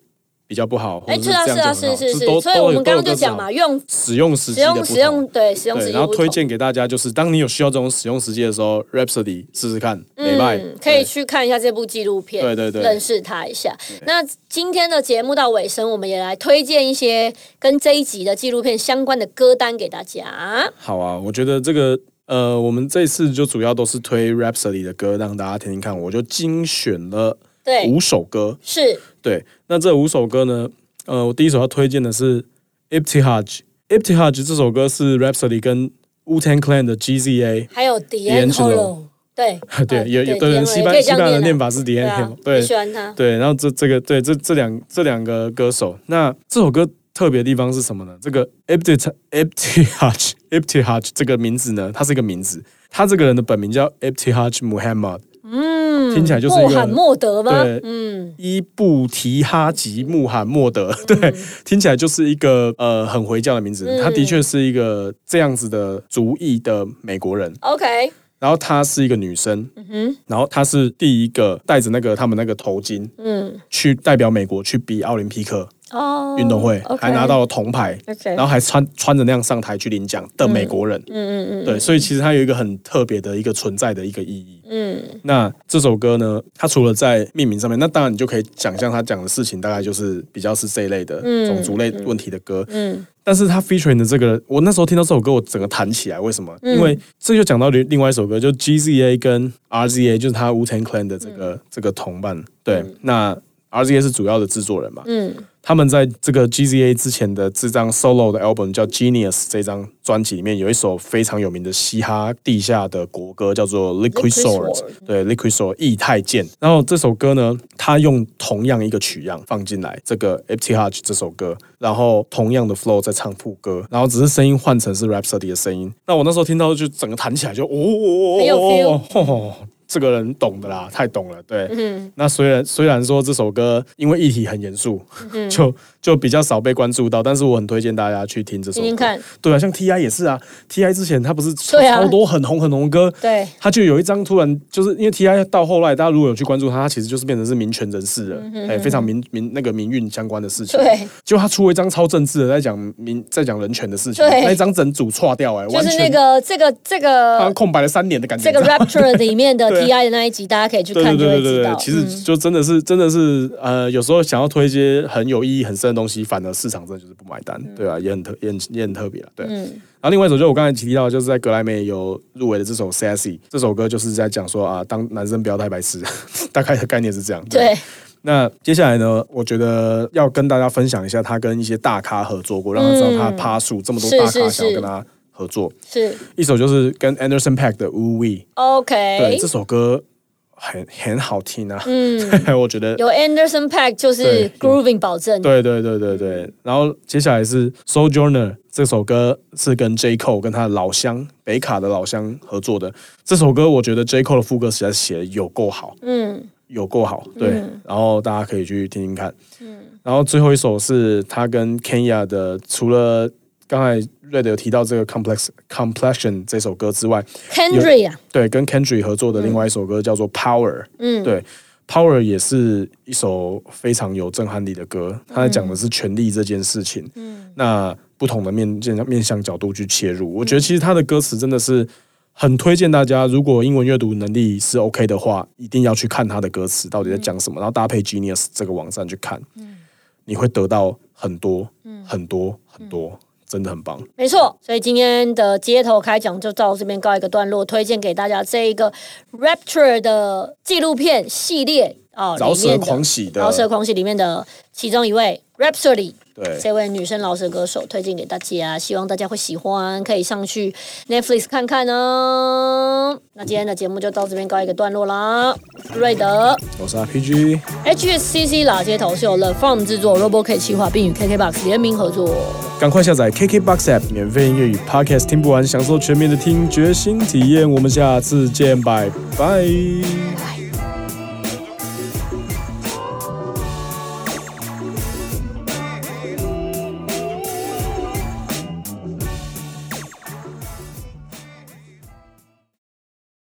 S1: 比较不好，或
S2: 哎，
S1: 者
S2: 是
S1: 这
S2: 啊，
S1: 样
S2: 是
S1: 就
S2: 啊，
S1: 很好
S2: 是是
S1: 都
S2: 是，所以
S1: 都有
S2: 我们刚
S1: 都
S2: 刚就
S1: 有
S2: 讲嘛，用
S1: 使用时机
S2: 使
S1: 的不
S2: 用
S1: 同
S2: 使用对使用时
S1: 对，
S2: 机
S1: 然后
S2: 不
S1: 推
S2: 同。
S1: 荐给大家就是，当你有需要这种使用时机的时候，Rhapsody 试试看，美拜、
S2: 嗯，可以去看一下这部纪录片，
S1: 对对对
S2: 认识他一下。那今天的节目到尾声，我们也来推荐一些跟这一集的纪录片相关的歌单给大家。
S1: 好啊，我觉得这个呃，我们这次就主要都是推 Rhapsody 的歌让大家听听看，我就精选了
S2: 对，
S1: 五首歌。
S2: 是
S1: 对，那这五首歌呢，呃，我第一首要推荐的是 Ibtihaj。Ibtihaj 这首歌是 Rhapsody 跟 Wu-Tang Clan 的 GZA，
S2: 还有 d i a n
S1: D'Angelo
S2: h o l o 对
S1: *laughs* 对，有有
S2: 啊
S1: 的
S2: 对
S1: 人
S2: D'Angelo，
S1: 西
S2: 也可
S1: 班
S2: 以这
S1: 西
S2: 样
S1: 班牙的
S2: 啊
S1: 念法是 d i
S2: 对
S1: a n
S2: 啊
S1: e，
S2: 很
S1: 对
S2: 喜欢他，
S1: 对，然后这这个对这这两这两个歌手，那这首歌特别的地方是什么呢？这个 e p t i e p t i h a j e p t i h a j *laughs* 这个名字呢，它是一个名字，他这个人的本名叫 e p t i h a j Muhammad，嗯，听起来就是一
S2: 穆罕
S1: 个
S2: 默德吗？
S1: 对
S2: 嗯，
S1: 伊布提哈吉穆罕默德， *laughs* 对，听起来就是一个呃很回教的名字，
S2: 嗯
S1: 他的确是一个这样子的族裔的美国人，
S2: ，OK，
S1: 然后她是一个女生，
S2: 哼
S1: 然后她是第一个戴着那个他们那个头巾
S2: 嗯，
S1: 去代表美国去比奥林匹克
S2: 哦，
S1: 运动会，
S2: OK
S1: 还拿到了铜牌，
S2: OK，
S1: 然后还穿穿着那样上台去领奖的美国人。
S2: 嗯嗯
S1: 对，所以其实它有一个很特别的一个存在的一个意义。
S2: 嗯
S1: 那这首歌呢，它除了在命名上面，那当然你就可以想象它讲的事情大概就是比较是这一类的、种族类问题的歌。
S2: 嗯
S1: 但是他 featuring 的这个，我那时候听到这首歌，我整个弹起来。为什么？因为这就讲到另另外一首歌，就 GZA 跟 RZA，就是他 Wu Tang Clan 的这个、这个同伴。对，那 RZA 是主要的制作人嘛？
S2: 嗯
S1: 他们在这个 GZA 之前的这张 solo 的 album 叫 Genius 这张专辑里面有一首非常有名的嘻哈地下的国歌，叫做 Liquid
S2: Liquid
S1: Swords，
S2: Swords
S1: 对 Liquid Sword 液态剑。然后这首歌呢，它用同样一个曲样放进来这个 e p t i h a j 这首歌，然后同样的 flow 在唱副歌，然后只是声音换成是 Rhapsody 的声音。那我那时候听到就整个弹起来就哦哦
S2: 很有
S1: 哦哦哦，这个人懂的啦，太懂了，对。
S2: 嗯，
S1: 那虽然虽然说这首歌因为议题很严肃，
S2: 嗯
S1: 就就比较少被关注到，但是我很推荐大家去听这首
S2: 听
S1: 歌。
S2: 听看，
S1: 对啊，像 T.I 也是啊，T.I 之前他不是超
S2: 对啊
S1: 超多很红很红的歌，
S2: 对，
S1: 他就有一张突然就是因为 T.I 到后来，大家如果有去关注他，他其实就是变成是民权人士
S2: 嗯
S1: 了，哎、非常民民那个民运相关的事情。
S2: 对，
S1: 就他出了一张超政治的，在讲民在讲人权的事情，
S2: 对
S1: 那一张整组错掉、哎，
S2: 就
S1: 完
S2: 是
S1: 全
S2: 那个这个这
S1: 好像
S2: 个
S1: 空白了三年的感觉。
S2: 这个
S1: 你知道吗 *laughs*
S2: Rapture 里面的
S1: 对啊
S2: TI 的那一集，大家可以去
S1: 对
S2: 看
S1: 对
S2: 就
S1: 对
S2: 会
S1: 对
S2: 知
S1: 对，
S2: 道。
S1: 其实
S2: 嗯
S1: 就真的是真的是呃，有时候想要推一些很有意义很深的东西，反而市场真的就是不买单，
S2: 嗯
S1: 对啊，也很特也很也很特别了，啊对。然后另外一首就是我刚才提到，就是在格莱美有入围的这首《Sassy》这首歌，就是在讲说啊，当男生不要太白痴， *laughs* 大概的概念是这样。
S2: 对，
S1: 那接下来呢，我觉得要跟大家分享一下他跟一些大咖合作过，让他知道他的趴数这么多
S2: 是
S1: 大
S2: 嗯是
S1: 咖想要
S2: 是
S1: 跟他合作。
S2: 是
S1: 一首就是跟 Anderson Pack 的《Woo We》。对，
S2: OK
S1: 这。首歌很很好听啊，嗯， *laughs* 我觉得。
S2: 有 Anderson Pack 就是
S1: 对
S2: Grooving 保证，
S1: 对对对对对，然后接下来是《Sojourner》这首歌是跟 J Cole 跟他的老乡北卡的老乡合作的。这首歌我觉得 J Cole 的副歌实在是写的有够好，
S2: 嗯，
S1: 有够好，对。然后大家可以去听听看。
S2: 嗯
S1: 然后最后一首是他跟 Kenya 的，除了刚才 Red 有提到这个《Complex Complexion》这首歌之外，
S2: ，Henry 啊，
S1: 对，跟 Kendrick 合作的另外一首歌叫做《Power》，
S2: 嗯
S1: 对，《Power》也是一首非常有震撼力的歌，它在讲的
S2: 嗯
S1: 是权力这件事情，嗯，那不同的面面面向角度去切
S2: 嗯
S1: 入，我觉得其实它的歌词真的是。很推荐大家，如果英文阅读能力是 OK 的话，一定要去看它的歌词到底在讲什
S2: 嗯
S1: 么，然后搭配 Genius 这个网站去看，你会得到很多、
S2: 嗯
S1: 很多、很多，真的很棒。
S2: 没错。所以今天的街头开讲就到这边告一个段落，推荐给大家这一个 Rapture 的纪录片系列啊，
S1: 饶
S2: 里
S1: 舌
S2: 面的
S1: 狂喜的
S2: 饶舌狂喜里面的其中一位 Rhapsody
S1: 对
S2: 这位女生老舌歌手推荐给大家，希望大家会喜欢，可以上去 Netflix 看看哦。那今天的节目就到这边告一个段落啦。瑞德
S1: 我是 RPG，
S2: HSCC 哪街头秀 The Farm 制作 r o b o K 企划，并与 KKBox 联名合作。
S1: 赶快下载 KKBOX App 免费音乐与 Podcast 听不完，享受全面的听觉新体验。我们下次见，拜拜。